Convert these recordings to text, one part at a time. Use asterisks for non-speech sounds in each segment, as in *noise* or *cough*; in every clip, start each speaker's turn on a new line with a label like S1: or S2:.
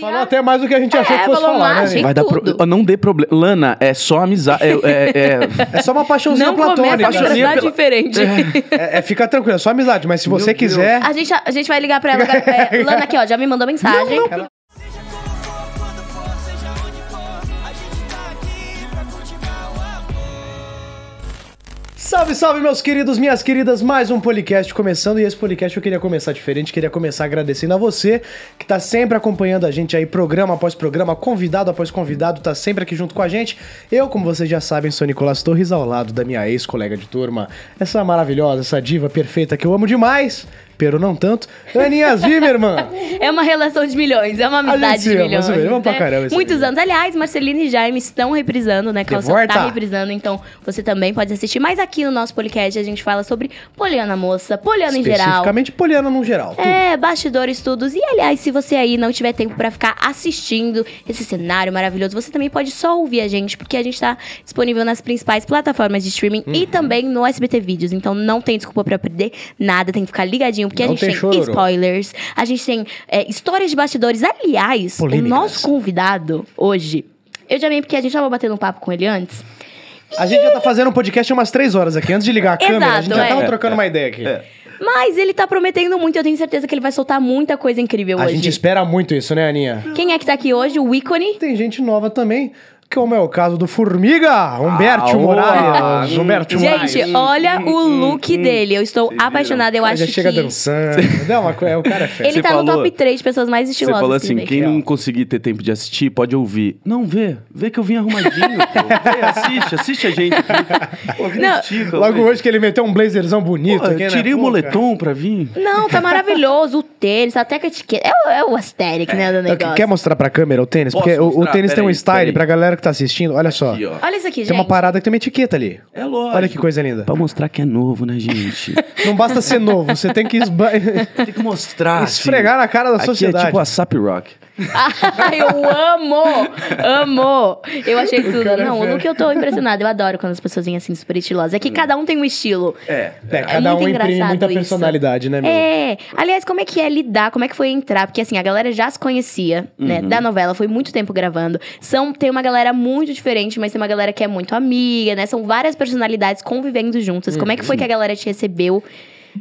S1: Falou até mais do que a gente achou que fosse
S2: É, falou
S1: falar, né?
S2: mais,
S1: gente?
S2: gente.
S3: Vai dar
S2: tudo.
S3: pro... Não dê problema. Lana, é só amizade. É,
S2: *laughs*
S3: é-
S1: É só uma paixãozinha
S2: Não
S1: platônica. assim.
S2: começa a
S3: Paixãozinha
S2: tratar
S3: pela-
S2: diferente.
S1: É, é, fica tranquilo, é só amizade, mas se você quiser.
S2: A gente, a gente vai ligar pra ela. é, Lana aqui, ó, já me mandou mensagem.
S4: Seja como for, quando for, seja onde for, a gente tá aqui pra cultivar o amor.
S1: Salve, salve, meus queridos, minhas queridas, mais um podcast começando. E esse podcast eu queria começar diferente, queria começar agradecendo a você que tá sempre acompanhando a gente aí, programa após programa, convidado após convidado, tá sempre aqui junto com a gente. Eu, como vocês já sabem, sou Nicolas Torres, ao lado da minha ex-colega de turma, essa maravilhosa, essa diva perfeita que eu amo demais, pero não tanto, Aninha Zimmermann.
S2: *laughs* É uma relação de milhões, é uma
S1: gente
S2: amizade
S1: se
S2: de
S1: ama,
S2: milhões.
S1: se ama pra
S2: né?
S1: caramba isso
S2: Muitos
S1: aí.
S2: anos. Aliás, Marcelina e Jaime estão reprisando, né? Calção
S1: volta.
S2: tá reprisando, então você também pode assistir. Mas aqui no nosso podcast a gente fala sobre Poliana Moça, Poliana em Tá geral.
S1: Especificamente Poliana no geral. tudo.
S2: É, bastidores, estudos. E aliás, se você aí não tiver tempo pra ficar assistindo esse cenário maravilhoso, você também pode só ouvir a gente, porque a gente tá disponível nas principais plataformas de streaming
S1: Uhum.
S2: e também no SBT Vídeos. Então não tem desculpa pra perder nada, tem que ficar ligadinho, porque
S1: Não
S2: a gente
S1: tem
S2: tem
S1: chororô.
S2: spoilers, a gente tem é, histórias de bastidores. Aliás,
S1: Polêmicas.
S2: o nosso convidado hoje, eu já porque a gente tava batendo um papo com ele antes.
S1: A gente já tá fazendo um podcast umas três horas aqui. Antes de ligar a
S2: Exato,
S1: câmera, a gente já
S2: é.
S1: tava trocando uma ideia aqui.
S3: É.
S2: Mas ele tá prometendo muito, eu tenho certeza que ele vai soltar muita coisa incrível
S1: A
S2: hoje.
S1: gente espera muito isso, né, Aninha?
S2: Quem é que tá aqui hoje? O ícone.
S1: Tem gente nova também, como é o caso do Formiga, Humberto
S3: Ah,
S1: Moraes.
S3: hum,
S1: Humberto Moraes.
S2: Gente, olha o look dele. Eu estou apaixonada. Eu
S1: Ele
S2: acho
S1: já chega
S2: que
S1: dançando. Não, uma co- é, o cara é fera.
S2: ele
S3: Você
S2: tá no
S3: falou-
S2: top 3 de pessoas mais
S3: é... Você
S2: estilosas.
S3: falou
S2: que
S3: assim:
S2: tem.
S3: quem não conseguir ter tempo de assistir, pode ouvir. Não, vê. Vê que eu vim arrumadinho. pô.
S2: *laughs*
S3: Vê, assiste, assiste a gente. aqui. Pô, vim
S2: Não.
S3: estica,
S1: Logo
S3: velho.
S1: hoje que ele meteu um blazerzão bonito.
S3: Pô,
S1: aqui, né?
S3: eu tirei o
S1: Pô,
S3: moletom pra vir.
S2: Não, tá maravilhoso. O tênis, tá até com a etiqueta. É, o- é o Asterix, né, do
S1: cara.
S2: negócio.
S1: É, Quer mostrar pra câmera o tênis?
S3: Posso
S1: Porque o- o,
S3: mostrar?
S1: tênis tem um
S3: Peraí,
S1: style
S3: peraí.
S1: pra galera que tá assistindo. Olha só.
S3: Aqui, ó.
S2: Olha isso aqui,
S1: Tem uma
S2: gente.
S1: parada que tem uma etiqueta ali.
S3: É lógico.
S1: Olha que coisa linda.
S3: Pra mostrar que é novo, né, gente?
S1: Não basta ser novo, você tem que esba- *laughs*
S3: Tem que mostrar. assim.
S1: esfregar na cara da
S3: Aqui
S1: sociedade.
S3: é tipo a Sap Rock.
S2: *laughs* Ai, eu amo! Amo!
S1: *laughs*
S2: Eu achei tudo.
S1: cara é
S2: Não, o
S1: fera.
S2: look eu tô impressionada. Eu adoro quando as pessoas vêm assim super estilosas. É
S3: Hum.
S2: que cada um tem um estilo.
S3: É.
S1: É, cada
S2: muito
S1: um imprime
S2: engraçado
S1: muita
S2: isso.
S1: personalidade, né, meu?
S2: É. Aliás, como é que é lidar? Como é que foi entrar? Porque assim, a galera já se conhecia, né?
S1: Uhum.
S2: Da novela, foi muito tempo gravando. São, tem uma galera muito diferente, mas tem uma galera que é muito amiga, né? São várias personalidades convivendo juntas. Como é que foi que a galera te recebeu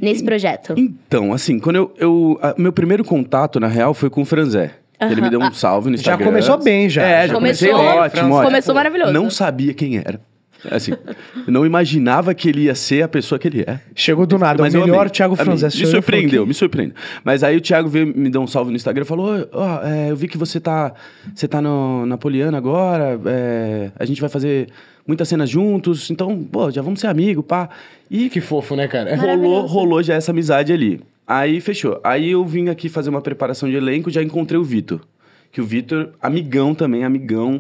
S2: nesse projeto?
S3: Então, assim, quando eu. eu- a- meu primeiro contato, na real, foi com o Franzé. Ele me deu um salve no
S1: Já
S3: Instagram.
S1: começou bem, já.
S3: É, já
S2: Começou-
S3: comecei ótimo, ótimo.
S2: começou maravilhoso.
S3: Não sabia quem era. Assim, eu não imaginava que ele ia ser a pessoa que ele é.
S1: Chegou do nada,
S3: Mas
S1: o
S3: eu
S1: melhor
S3: amei,
S1: Thiago
S3: amei.
S1: Franzé. sou
S3: Me
S1: eu,
S3: surpreendeu,
S1: eu
S3: me surpreendeu. Mas aí o Thiago veio, me deu um salve no Instagram e falou: "Ô, ó, é, eu vi que você tá, você tá no, na Poliana agora, é, a gente vai fazer muitas cenas juntos, então, pô, já vamos ser amigo, pá. E
S1: fiquei- Que fofo, né, cara?
S3: rolou, rolou já essa amizade ali. Aí fechou. Aí eu vim aqui fazer uma preparação de elenco, já encontrei o Vitor. Que o Vitor, amigão também, amigão.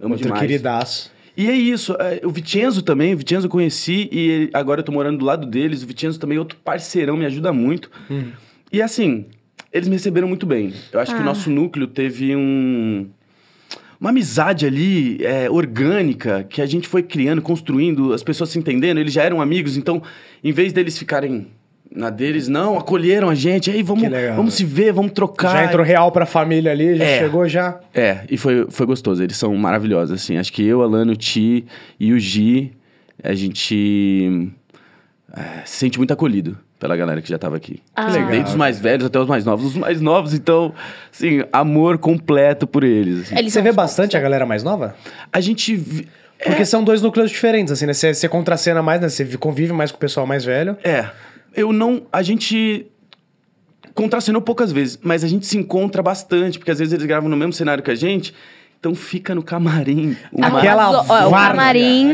S3: Amo
S1: Outro
S3: demais.
S1: queridaço.
S3: E é isso. é, o Vicenzo também, o Vicenzo eu conheci e ele- agora eu tô morando do lado deles. O Vicenzo também é outro parceirão, me ajuda muito.
S1: Uhum.
S3: E assim, eles me receberam muito bem. Eu acho que
S2: Ah.
S3: o nosso núcleo teve um. Uma amizade ali, é, orgânica, que a gente foi criando, construindo, as pessoas se entendendo, eles já eram amigos, então, em vez deles ficarem na deles, não, acolheram a gente, aí vamos,
S1: Que legal. né?"
S3: vamos se ver, vamos trocar.
S1: Já entrou real pra família ali, já
S3: É.
S1: chegou já.
S3: É, e foi, foi gostoso. Eles são maravilhosos, assim. Acho que eu, Alano, o Ti e o Gi, a gente é, se sente muito acolhido pela galera que já tava aqui.
S2: Ah.
S3: Assim,
S2: legal,
S3: Desde os mais velhos até os mais novos. Os mais novos, então, assim, amor completo por eles. assim.
S2: Eles
S1: Você
S2: são
S1: vê
S2: os-
S1: bastante a galera mais nova?
S3: A gente... vi-
S1: Porque são dois núcleos diferentes, assim, né? Você você contracena mais, né? Você vi- convive mais com o pessoal mais velho.
S3: É, eu não... A gente contracenou poucas vezes, mas a gente se encontra bastante, porque às vezes eles gravam no mesmo cenário que a gente, então fica no camarim. Uma,
S1: Aquela
S2: Arrasou. Ó, o
S1: vaga.
S3: *laughs*
S2: camarim,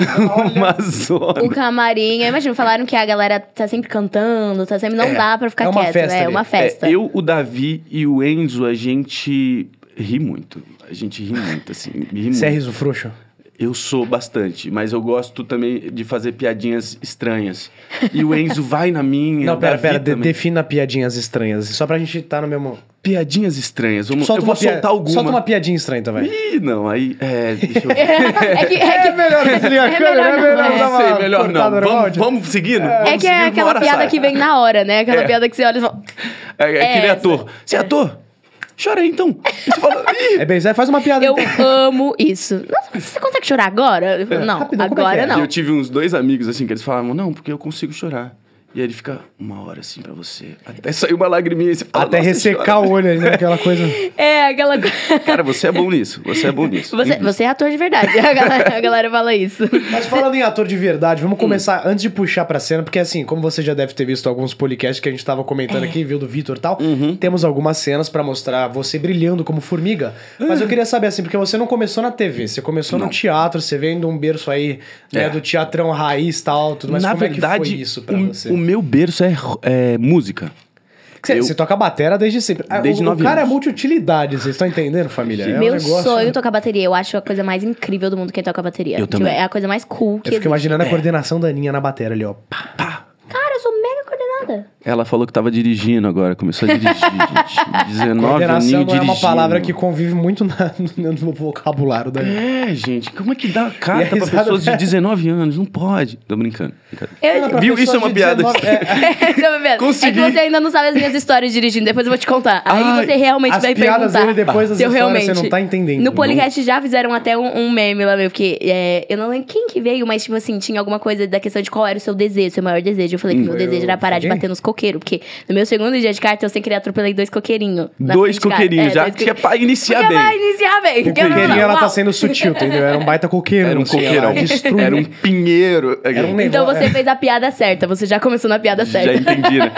S3: uma zona.
S2: o camarim. Eu imagino, falaram que a galera tá sempre cantando, tá sempre. Não dá pra ficar
S1: é uma
S2: quieto,
S1: festa
S2: né? É
S1: ali.
S2: uma festa.
S3: É, eu, o Davi e o Enzo, a gente ri muito. A gente ri muito, assim. Ri
S1: Você é
S3: muito.
S1: riso frouxo?
S3: Eu sou bastante, mas eu gosto também de fazer piadinhas estranhas. E o Enzo vai na minha.
S1: Não,
S3: o
S1: pera,
S3: Davi
S1: pera. de-
S3: também.
S1: defina piadinhas estranhas, assim, só pra gente estar no mesmo...
S3: Piadinhas estranhas. Vamos, Hum, eu
S1: Solta
S3: vou
S1: uma pia-
S3: soltar alguma.
S1: Solta uma piadinha estranha, então, vai.
S3: Ih, não, aí.
S2: *laughs*
S3: É, deixa eu ver.
S2: *laughs* É que, é que-
S1: melhor desligar a
S2: *laughs* É
S1: câmera,
S2: melhor
S1: é
S2: não,
S1: melhor
S2: é.
S1: dar
S3: Não
S1: uma
S3: sei, melhor não.
S1: cortada no
S3: Vamos,
S1: áudio.
S3: vamos seguindo?
S2: é, que é aquela piada que vem na hora, né?
S1: É.
S2: Aquela piada que você olha e fala.
S3: É, é aquele
S2: essa. *laughs*
S3: ator. Você é ator? Chora aí, então. E você fala, "Ih,
S1: É bem, Zé, faz uma piada. *laughs*
S2: Eu
S1: então.
S2: amo isso. Nossa, você consegue chorar agora? Eu falo, não,
S1: Rapidão, como é que
S2: agora
S1: é?
S2: não.
S3: E eu tive uns dois amigos, assim, que eles falavam, não, porque eu consigo chorar. E aí ele fica uma hora assim pra você. Até sair uma lagriminha e você fala,
S1: Até
S3: "Nossa,
S1: ressecar
S3: chora."
S1: o olho ali, né? Aquela coisa.
S2: É, aquela coisa.
S3: *laughs* Cara, você é bom nisso. Você é bom nisso.
S2: *laughs* Você, você é ator de verdade. *laughs* A galera, a galera fala isso.
S1: Mas
S3: *laughs*
S1: falando em ator de verdade,
S3: Hum.
S1: vamos começar antes de puxar pra cena, porque assim, como você já deve ter visto alguns podcasts que a gente tava
S3: É.
S1: comentando aqui, viu, do Vitor e tal,
S3: Uhum.
S1: temos algumas cenas pra mostrar você brilhando como formiga. Mas eu queria saber assim, porque você não começou na TV, você começou no
S3: É. Não.
S1: teatro, você vem de um berço aí, né,
S3: É.
S1: do teatrão raiz e tal, tudo, mas
S3: Na
S1: como é que
S3: verdade, um-
S1: foi isso pra
S3: o,
S1: você?
S3: o meu berço é, ro- é música.
S1: Você,
S3: eu-
S1: você toca batera desde sempre. Ah, o,
S3: Desde
S1: o
S3: nove
S1: cara
S3: anos.
S1: é multiutilidade, vocês estão entendendo, família? *laughs* é um
S2: Meu
S1: negócio...
S2: sonho é tocar bateria. Eu acho a coisa mais incrível do mundo quem toca bateria.
S3: Eu também.
S2: É a coisa mais cool que
S1: Eu fico
S2: existe.
S1: imaginando
S3: É.
S1: a coordenação da Aninha na batera ali, ó.
S2: Cara, eu sou mega coordenada.
S3: Ela falou que tava dirigindo agora, começou a dirigir, *laughs* gente. 19 aninhos
S1: Coordenação não é uma
S3: dirigindo.
S1: palavra que convive muito na- no vocabulário da
S3: É, gente, como é que dá
S1: E a
S3: carta pra
S1: risada
S3: pessoas de
S1: dela.
S3: 19 anos? Não pode. Tô brincando. brincadeira.
S2: Eu,
S3: pra- Viu? Isso é uma piada.
S1: Ah,
S2: *laughs* Tá vendo?
S3: Consegui.
S2: É que você ainda não sabe as minhas histórias dirigindo. Depois eu vou te contar. Aí
S3: Ai,
S2: você realmente
S1: as
S2: vai
S1: piadas
S2: perguntar.
S1: dele depois das
S2: se eu
S1: histórias, você
S2: realmente-
S1: não tá entendendo.
S2: No podcast já fizeram até um, um meme lá, meu. Porque é, eu não lembro quem que veio, mas tipo assim, tinha alguma coisa da questão de qual era o seu desejo, seu maior desejo. Eu falei que meu
S1: Foi
S2: desejo
S1: o-
S2: era parar de
S1: Hum. alguém?
S2: bater nos coqueiros. Porque no meu segundo dia de carta, eu sem querer atropelei dois coqueirinhos. na
S3: Dois
S2: frente de casa.
S3: coqueirinhos,
S2: É,
S3: já
S2: dois
S3: que é
S2: coqueirinhos.
S3: pra iniciar
S2: Porque vai
S3: bem.
S2: iniciar bem.
S1: O
S2: porque não-
S1: coqueirinho, ela
S2: uau.
S1: tá sendo sutil, entendeu? Era um baita coqueiro.
S3: Era um
S1: sei lá,
S3: coqueirão.
S1: destruiu.
S3: Era um pinheiro.
S1: Era um negócio.
S2: Então você
S1: é.
S2: fez a piada certa, você já começou na piada certa.
S3: Já entendi, né?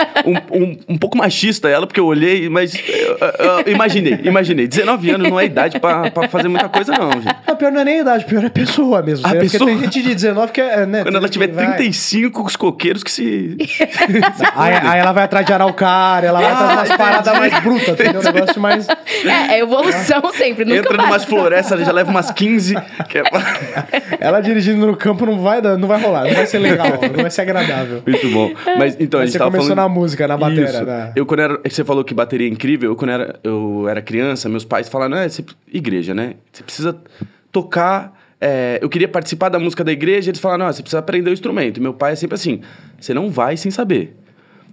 S3: Um, um, um pouco machista ela, porque eu olhei, mas eu, eu- eu imaginei, imaginei. 19 anos não é idade pra, pra fazer muita coisa, não, gente.
S1: Ah, pior não é nem a idade, pior é a pessoa mesmo.
S3: A
S1: né? Porque
S3: pessoa?
S1: tem gente de 19 que é. Né,
S3: Quando ela tiver
S1: vai-
S3: 35, os coqueiros que se.
S1: Aí, aí ela vai atrás de araucária, ela vai atrás de
S3: Ah,
S1: umas paradas mais brutas, entendeu? Um negócio mais.
S2: *laughs* É, é evolução sempre, nunca
S3: entra
S2: para.
S3: numas florestas, ela já leva umas 15. que é pra-
S1: *laughs* Ela dirigindo no campo não vai, dar- não vai rolar, não vai ser legal, não vai ser agradável.
S3: Muito bom. Mas então, a
S1: Mas
S3: gente
S1: você
S3: tava
S1: começou na
S3: falando...
S1: música, na batera,
S3: Isso.
S1: né?
S3: Eu quando era... Você falou que bateria é incrível. Eu quando era, eu era criança, meus pais falaram... É, você... Igreja, né? Você precisa tocar... é, Eu queria participar da música da igreja. Eles falaram, "Não, você precisa aprender o instrumento. E meu pai é sempre assim, você não vai sem saber.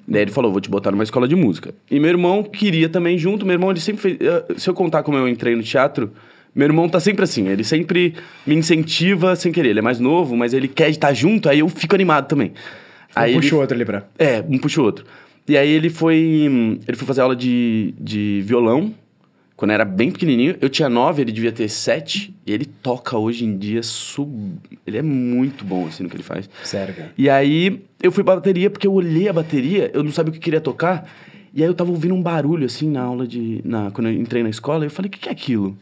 S3: Daí ele falou, vou te botar numa escola de música. E meu irmão queria também junto. Meu irmão, ele sempre fez... eu- Se eu contar como eu entrei no teatro... Meu irmão tá sempre assim, ele sempre me incentiva sem querer. Ele é mais novo, mas ele quer estar junto, aí eu fico animado também. Aí
S1: Um
S3: ele
S1: puxa o outro ali pra.
S3: é, um puxa o outro. E aí ele foi. Ele foi fazer aula de, de violão. Quando era bem pequenininho, eu tinha nove, ele devia ter sete. E ele toca hoje em dia. Sub... Ele é muito bom assim no que ele faz.
S1: Sério, cara.
S3: E aí eu fui pra bateria, porque eu olhei a bateria, eu não sabia o que eu queria tocar. E aí eu tava ouvindo um barulho, assim, na aula de. Na, quando eu entrei na escola, eu falei, o que, que é aquilo?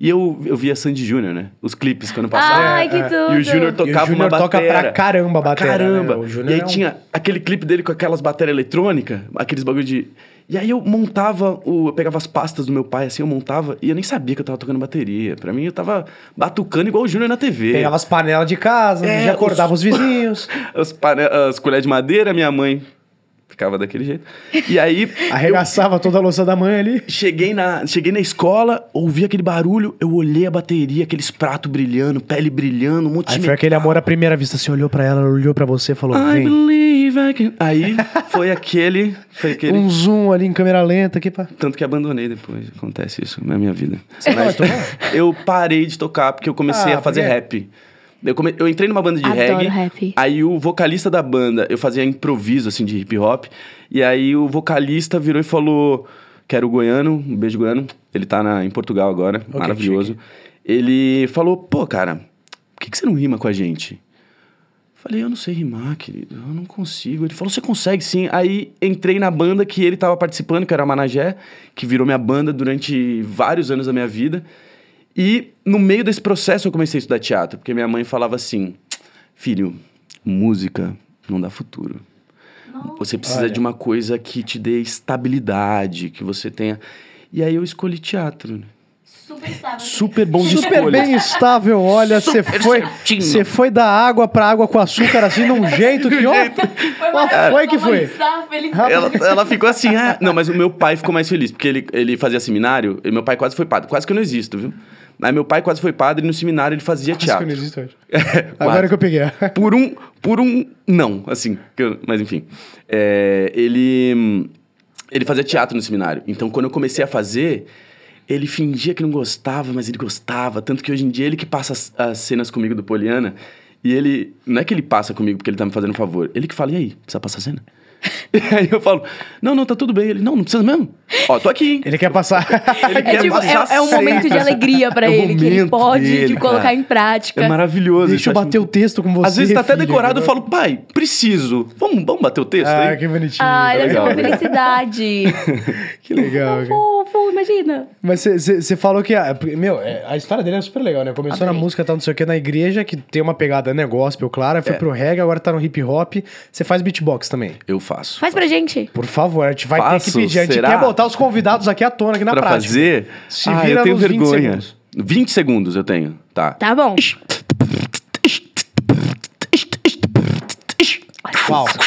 S3: E eu, eu via Sandy Júnior, né? Os clipes quando passavam.
S2: Ai, que tudo.
S3: E o
S1: E
S3: Júnior
S1: o
S3: tocava uma
S1: Júnior toca
S3: batera.
S1: pra caramba a batera.
S3: Caramba!
S1: Né? O Júnior
S3: e aí
S1: é um-
S3: tinha aquele clipe dele com aquelas baterias eletrônicas, aqueles bagulho de. E aí eu montava, o... eu pegava as pastas do meu pai, assim, eu montava, e eu nem sabia que eu tava tocando bateria. Pra mim, eu tava batucando igual o Júnior na TV.
S1: Pegava as panelas de casa,
S3: É,
S1: já acordava os,
S3: os-
S1: vizinhos.
S3: As, pane- as colheres de madeira, minha mãe ficava daquele jeito. E
S1: *laughs*
S3: aí. *laughs* eu
S1: Arregaçava toda a louça da mãe ali.
S3: Cheguei na, cheguei na escola, ouvi aquele barulho, eu olhei a bateria, aqueles pratos brilhando, pele brilhando, um monte
S1: Aí
S3: de
S1: foi aquele amor à primeira vista. Você olhou pra ela, ela olhou pra você e falou:
S3: I
S1: Vem.
S3: believe I can... Aí foi aquele. Foi aquele.
S1: Um zoom ali em câmera lenta aqui pra.
S3: Tanto que abandonei depois. Acontece isso na minha vida.
S1: Você não vai
S3: Mas
S1: tocar?
S3: eu parei de tocar porque eu comecei
S1: Ah,
S3: a fazer
S1: por quê?
S3: rap. Eu, come- eu entrei numa banda de
S2: Adoro
S3: reggae.
S2: rap.
S3: Aí o vocalista da banda, eu fazia improviso assim de hip hop. E aí o vocalista virou e falou: que era o goiano, um beijo goiano. Ele tá na- em Portugal agora, maravilhoso. Ele falou: pô, cara, por que, que você não rima com a gente? Falei, eu não sei rimar, querido, eu não consigo. Ele falou, você consegue sim. Aí entrei na banda que ele tava participando, que era a Managé, que virou minha banda durante vários anos da minha vida. E no meio desse processo eu comecei a estudar teatro, porque minha mãe falava assim: filho, música não dá futuro. Você precisa
S1: Olha.
S3: de uma coisa que te dê estabilidade, que você tenha. E aí eu escolhi teatro. né?
S2: Super estável.
S3: Super bom de
S1: Super
S3: escolha.
S1: bem estável, olha, você foi,
S3: certinho.
S1: você foi da água pra água com açúcar assim,
S3: *laughs*
S1: num jeito que ó, Mas foi que foi.
S3: Ela, ela ficou assim, ah. Não, mas o meu pai ficou mais feliz, porque ele, ele fazia seminário, e meu pai quase foi padre. Quase que eu não existo, viu? Aí meu pai quase foi padre e no seminário ele fazia
S1: Isso que
S3: teatro.
S1: não existe hoje.
S3: É,
S1: Agora
S3: quase.
S1: que eu peguei.
S3: Por um. Por um. Não, assim. que eu- mas enfim. É, ele. Ele fazia teatro no seminário. Então, quando eu comecei a fazer. Ele fingia que não gostava, mas ele gostava. Tanto que hoje em dia ele que passa as, as cenas comigo do Poliana. E ele. Não é que ele passa comigo porque ele tá me fazendo um favor. Ele que fala, e aí, precisa passar a cena? *laughs* e aí eu falo, não, não, tá tudo bem. Ele, não, não precisa mesmo. Ó, tô aqui, hein?
S1: Ele quer *laughs* passar.
S3: Ele
S2: É,
S3: quer
S2: tipo,
S3: passar
S2: é, é um
S3: sempre.
S2: momento de alegria pra
S3: É o
S2: ele, que ele
S3: momento
S2: pode
S3: dele,
S2: de colocar
S3: cara.
S2: em prática.
S3: É maravilhoso.
S1: Deixa
S3: isso,
S1: eu
S3: acho
S1: bater o texto com você.
S3: Às vezes tá até
S1: filho.
S3: decorado, eu falo, pai, preciso. Vamos, vamos bater o texto
S1: né? Ah,
S3: aí?
S1: que bonitinho.
S2: Ah, deve ser uma
S3: Legal, né?
S1: *laughs*
S2: felicidade.
S1: Que legal, cara.
S2: Fofo, imagina.
S1: Mas você falou que. ah, porque, Meu, é, a história dele é super legal, né? Começou na
S2: Adorei.
S1: música, tá não sei o que, na igreja, que tem uma pegada, né? Gospel, claro.
S2: É.
S1: Aí Foi pro reggae, agora tá no hip hop. Você faz beatbox também.
S3: Eu faço.
S2: Faz pra gente.
S1: Por favor, a gente vai ter que
S3: Faço?
S1: pedir. A gente
S3: Será?
S1: quer botar os convidados aqui à tona, aqui na
S3: pra
S1: prática.
S3: fazer.
S1: Se
S3: ah,
S1: vira
S3: eu tenho
S1: nos 20
S3: vergonha. 20
S1: segundos.
S3: segundos. eu tenho. Tá.
S2: Tá bom.
S1: Falso.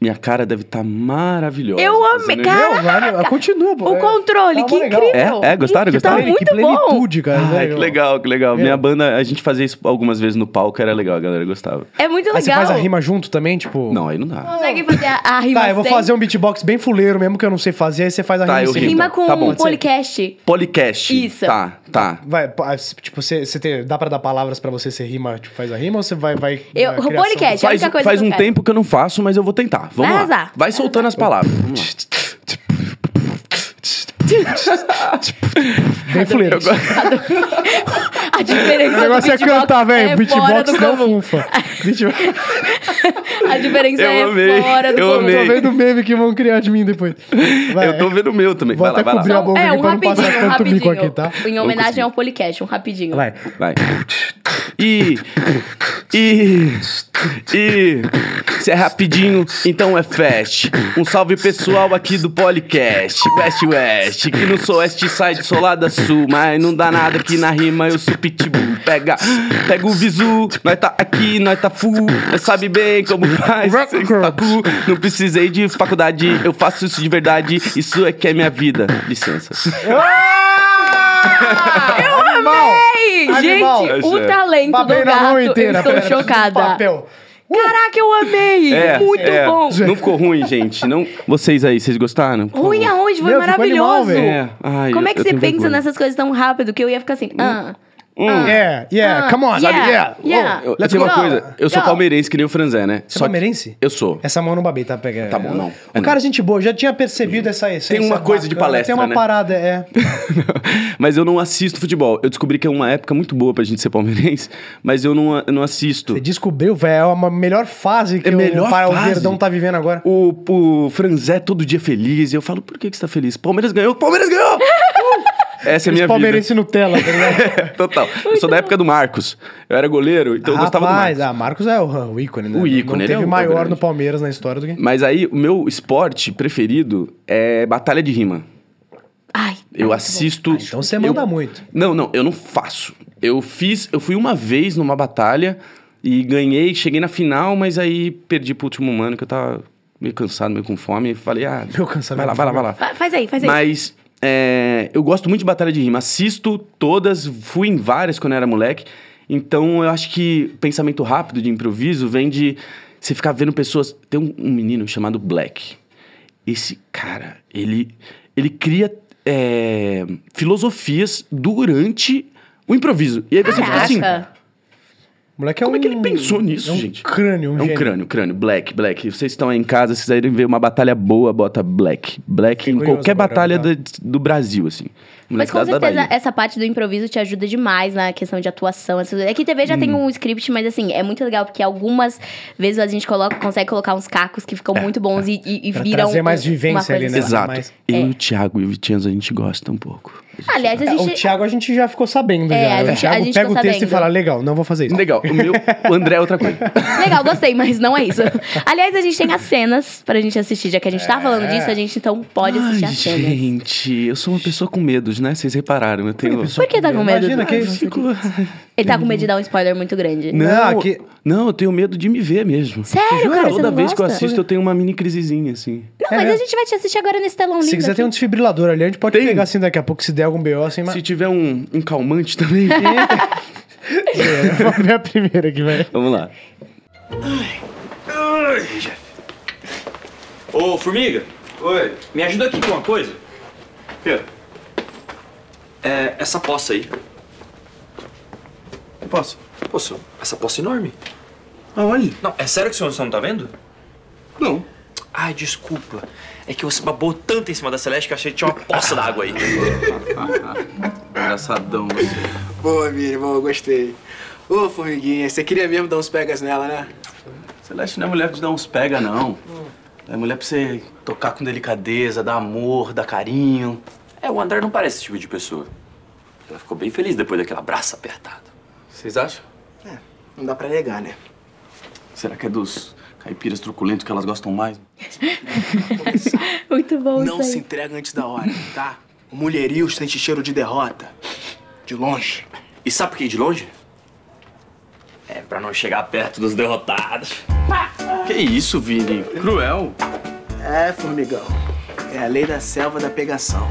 S3: Minha cara deve estar maravilhosa.
S2: Eu amei,
S3: fazendo-
S2: cara.
S1: Não, vai, meu, continua, pô.
S2: O
S1: É,
S2: controle,
S1: tava
S2: que
S1: legal.
S2: incrível.
S3: É? É? Gostaram?
S2: Tá
S3: Gostaram?
S1: Caralho,
S2: muito
S1: que É.
S2: bom.
S1: plenitude, cara.
S3: Ai,
S1: né,
S3: que
S1: meu?
S3: legal, que legal.
S1: Meu.
S3: Minha banda, a gente fazia isso algumas vezes no palco, era legal, a galera gostava.
S2: É muito
S1: Aí você
S2: legal.
S1: faz a rima junto também, tipo.
S3: Não, aí não dá.
S2: Consegue fazer a, a rima
S1: Tá, eu vou
S2: sem?
S1: fazer um beatbox bem fuleiro mesmo, que eu não sei fazer, aí você faz a
S3: Tá,
S1: rima em
S3: eu
S1: cima.
S3: rimo.
S2: Rima
S3: Tá
S2: com
S3: bom,
S2: um
S3: pode ser.
S2: podcast.
S3: Polycast.
S2: Isso.
S3: Tá, tá.
S1: Vai, pô, ah, tipo, você, você tem- dá pra dar palavras pra você, você rima, tipo, faz a rima ou você vai... vai
S2: Eu-
S1: vai
S2: o
S1: criação?
S2: podcast. É a
S3: Faz,
S2: única coisa
S3: faz
S2: que eu
S3: um
S2: quero.
S3: tempo que eu não faço, mas eu vou tentar. Vamos
S2: Vai
S3: lá.
S2: arrasar.
S3: Vai soltando as palavras. Vamos lá.
S1: Bem fuleiro.
S2: A diferença
S1: O negócio
S2: do
S1: é
S2: beatbox
S1: cantar, velho.
S2: é fora
S1: beatbox
S2: do
S1: não
S2: comum.
S1: ufa. Beatbox...
S2: A diferença
S3: Eu
S2: é
S3: amei,
S2: fora do
S3: eu
S2: comum.
S1: Tô
S3: amei.
S1: vendo o meme que vão criar de mim depois. Vai.
S3: Eu tô vendo o meu também.
S1: Vou
S3: vai lá,
S1: até
S3: vai lá.
S1: cobrir a boca
S2: é,
S1: aqui
S2: um
S1: pra não passar
S2: rapidinho, um
S1: tanto mico
S2: rapidinho.
S1: aqui, tá?
S2: Em homenagem ao podcast, um rapidinho.
S1: Vai.
S3: Vai. E. E. E. Se é rapidinho, então é fast. Um salve pessoal aqui do podcast. West West. Que não sou West Side, sou lá da Sul. Mas não dá nada aqui na rima, eu sou pitbull. Pega, pega o visu, nós tá aqui, nós tá full. Nós sabe bem como faz. cê tá cool. Não precisei de faculdade, eu faço isso de verdade. Isso é que é minha vida. Licença.
S1: Eu Ah! Animal.
S2: Ei,
S1: Animal.
S2: gente,
S3: É
S2: o
S3: sério.
S2: talento
S1: Babei
S2: do
S1: na mão
S2: gato,
S1: inteira.
S2: eu
S1: pera,
S2: estou
S1: preciso de
S2: chocada.
S1: Papel. Uh!
S2: Caraca, eu amei! *laughs*
S3: É,
S2: Muito
S3: é.
S2: bom!
S3: Não ficou ruim, gente. Não, vocês aí, vocês gostaram?
S2: Ruim aonde? Foi
S1: Meu, ficou animal,
S2: maravilhoso!
S1: velho.
S3: É. Ai,
S2: Como é
S3: eu-
S2: que
S3: eu
S2: você
S3: tenho
S2: pensa
S3: vergonha.
S2: nessas coisas tão rápido que eu ia ficar assim, ah,
S3: Hum.
S1: Yeah, yeah,
S2: Ah,
S1: come on.
S2: yeah, yeah.
S3: Eu, eu
S1: Let's
S3: tenho uma
S1: go.
S3: coisa. Eu sou
S2: Go.
S3: palmeirense que nem o Franzé,
S1: Você
S3: né?
S1: é
S3: Só que-
S1: palmeirense?
S3: Eu sou.
S1: Essa mão eu não babei, tá? Pega...
S3: Tá bom, não.
S1: O cara é gente boa, eu já tinha percebido essa essência.
S3: uma coisa de palestra,
S1: Tem uma
S3: né?
S1: parada, é.
S3: *laughs* mas eu não assisto futebol. Eu descobri que é uma época muito boa pra gente ser palmeirense, mas eu não, eu não assisto.
S1: Você descobriu, velho, é uma melhor fase que
S3: um É
S1: o,
S3: melhor
S1: para- o
S3: fase.
S1: Verdão tá vivendo agora.
S3: O, o Franzé é todo dia feliz. E eu falo, por que, que você tá feliz? Palmeiras ganhou! Palmeiras
S2: *laughs*
S3: ganhou! Uh! Essa é a minha
S1: Os palmeirenses Nutella, tá ligado?
S3: vida. *laughs* Total. Eu sou da época do Marcos. Eu era goleiro, então eu gostava do Marcos.
S1: Rapaz, ah, Marcos é o, o ícone, né?
S3: O ícone,
S1: Não
S3: ele
S1: teve
S3: é o
S1: maior
S3: grande.
S1: no Palmeiras na história do que...
S3: Mas aí, o meu esporte preferido é batalha de rima.
S2: ai. tá
S3: Eu assisto.
S1: Ah, então você manda
S3: eu-
S1: muito.
S3: Não, não, eu não faço. Eu fiz, eu fui uma vez numa batalha e ganhei, cheguei na final, mas aí perdi pro último humano que eu tava meio cansado, meio com fome, e falei, ah,
S1: Meu cansado,
S3: vai lá,
S1: meu
S3: vai lá,
S1: fome.
S3: vai lá.
S2: Fa- Faz aí, faz aí.
S3: Mas é, eu gosto muito de batalha de rima, assisto todas, fui em várias quando eu era moleque. Então eu acho que pensamento rápido de improviso vem de você ficar vendo pessoas. Tem um, um menino chamado Black. Esse cara, ele, ele cria é, filosofias durante o improviso. E aí você
S2: Caraca.
S3: fica assim.
S1: O moleque é
S3: Como
S1: um...
S3: é que ele pensou nisso,
S1: é um
S3: gente?
S1: crânio, um
S3: é um
S1: gênio.
S3: crânio, crânio. Black, Black. Vocês estão aí em casa, vocês irem ver uma batalha boa, bota Black. Black
S1: Fiquei
S3: em
S1: curioso
S3: qualquer
S1: agora,
S3: batalha
S1: tá?
S3: da- do Brasil, assim.
S2: Mas com
S3: Da- da
S2: certeza
S3: Bahia.
S2: essa parte do improviso te ajuda demais na questão de atuação. essas- É que TV já tem
S1: Hum.
S2: um script, mas assim, é muito legal, porque algumas vezes a gente coloca, consegue colocar uns cacos que ficam muito bons e, e, e
S1: É, Pra
S2: viram.
S1: trazer mais
S2: um- uma
S1: vivência ali,
S2: coisa
S1: né?
S2: assim.
S3: Exato.
S1: Mas-
S3: Eu e o Thiago e o Vitianzo, a gente gosta um pouco. A gente-
S2: Aliás, a
S1: É, O
S2: gente.
S1: Thiago a gente já ficou sabendo. já.
S2: É,
S1: né?
S2: a
S1: o
S2: gente- a
S1: Thiago
S2: gente
S1: pega o
S2: ficou
S1: texto e
S2: sabendo.
S1: fala, legal, não vou fazer isso.
S3: Legal, o meu, o André é outra coisa.
S2: Legal, gostei, mas não é
S1: *laughs*
S2: isso. Aliás, a gente tem as cenas pra gente assistir. Já que a gente
S1: É.
S2: tá falando disso, a gente então *laughs* pode assistir
S3: Ai,
S2: as cenas.
S3: gente, eu sou uma pessoa com medos, né? Vocês repararam, eu tenho...
S2: Por que tá com medo?
S1: Imagina que Né? É
S3: Eu fico- *laughs* Ah,
S2: Ele tá com medo de dar um spoiler muito grande.
S1: Não,
S3: Não,
S1: que-
S3: não, eu tenho medo de me ver mesmo.
S2: Sério, cara, você
S3: Toda
S2: não
S3: vez que eu
S2: gosta?
S3: assisto, eu tenho uma mini crisezinha, assim.
S2: Não,
S1: É
S2: mas a
S1: mesmo.
S2: gente vai te assistir agora nesse telão lindo.
S1: Se quiser
S2: aqui.
S1: tem um desfibrilador ali, a gente pode
S3: Tem.
S1: pegar assim daqui a pouco, se der algum BO, assim, mas... *laughs*
S3: Se tiver um, um calmante *laughs* também...
S1: É, vamos ver a primeira aqui, velho.
S3: Vamos lá.
S5: Ô, Formiga,
S3: Oi.
S5: Me ajuda aqui com uma coisa.
S3: Quê?
S5: É essa poça aí.
S3: Posso?
S5: Pô, senhor, essa poça enorme.
S3: Aonde?
S5: Não, é sério que o senhor você não tá vendo?
S3: Não.
S5: Ai, desculpa. É que você babou tanto em cima da Celeste que eu achei que tinha uma poça d'água aí.
S3: Engraçadão assim. você.
S6: Boa, Miriam, boa, gostei. Ô, formiguinha, você queria mesmo dar uns pegas nela, né?
S3: Celeste não é mulher de dar uns pega, não. É mulher pra você tocar com delicadeza, dar amor, dar carinho.
S5: É, o André não parece esse tipo de pessoa. Ela ficou bem feliz depois daquele abraço apertado.
S3: Vocês acham?
S6: É, não dá pra negar, né?
S3: Será que é dos caipiras truculentos que elas gostam mais?
S1: um-
S2: Muito bom
S6: não
S2: isso
S6: se
S2: aí.
S6: entrega antes da hora, tá? O mulherio sente cheiro de derrota. De longe.
S5: E sabe por que de longe? É pra não chegar perto dos derrotados.
S3: Que isso, Vini? Cruel.
S6: É, formigão. É a lei da selva da pegação.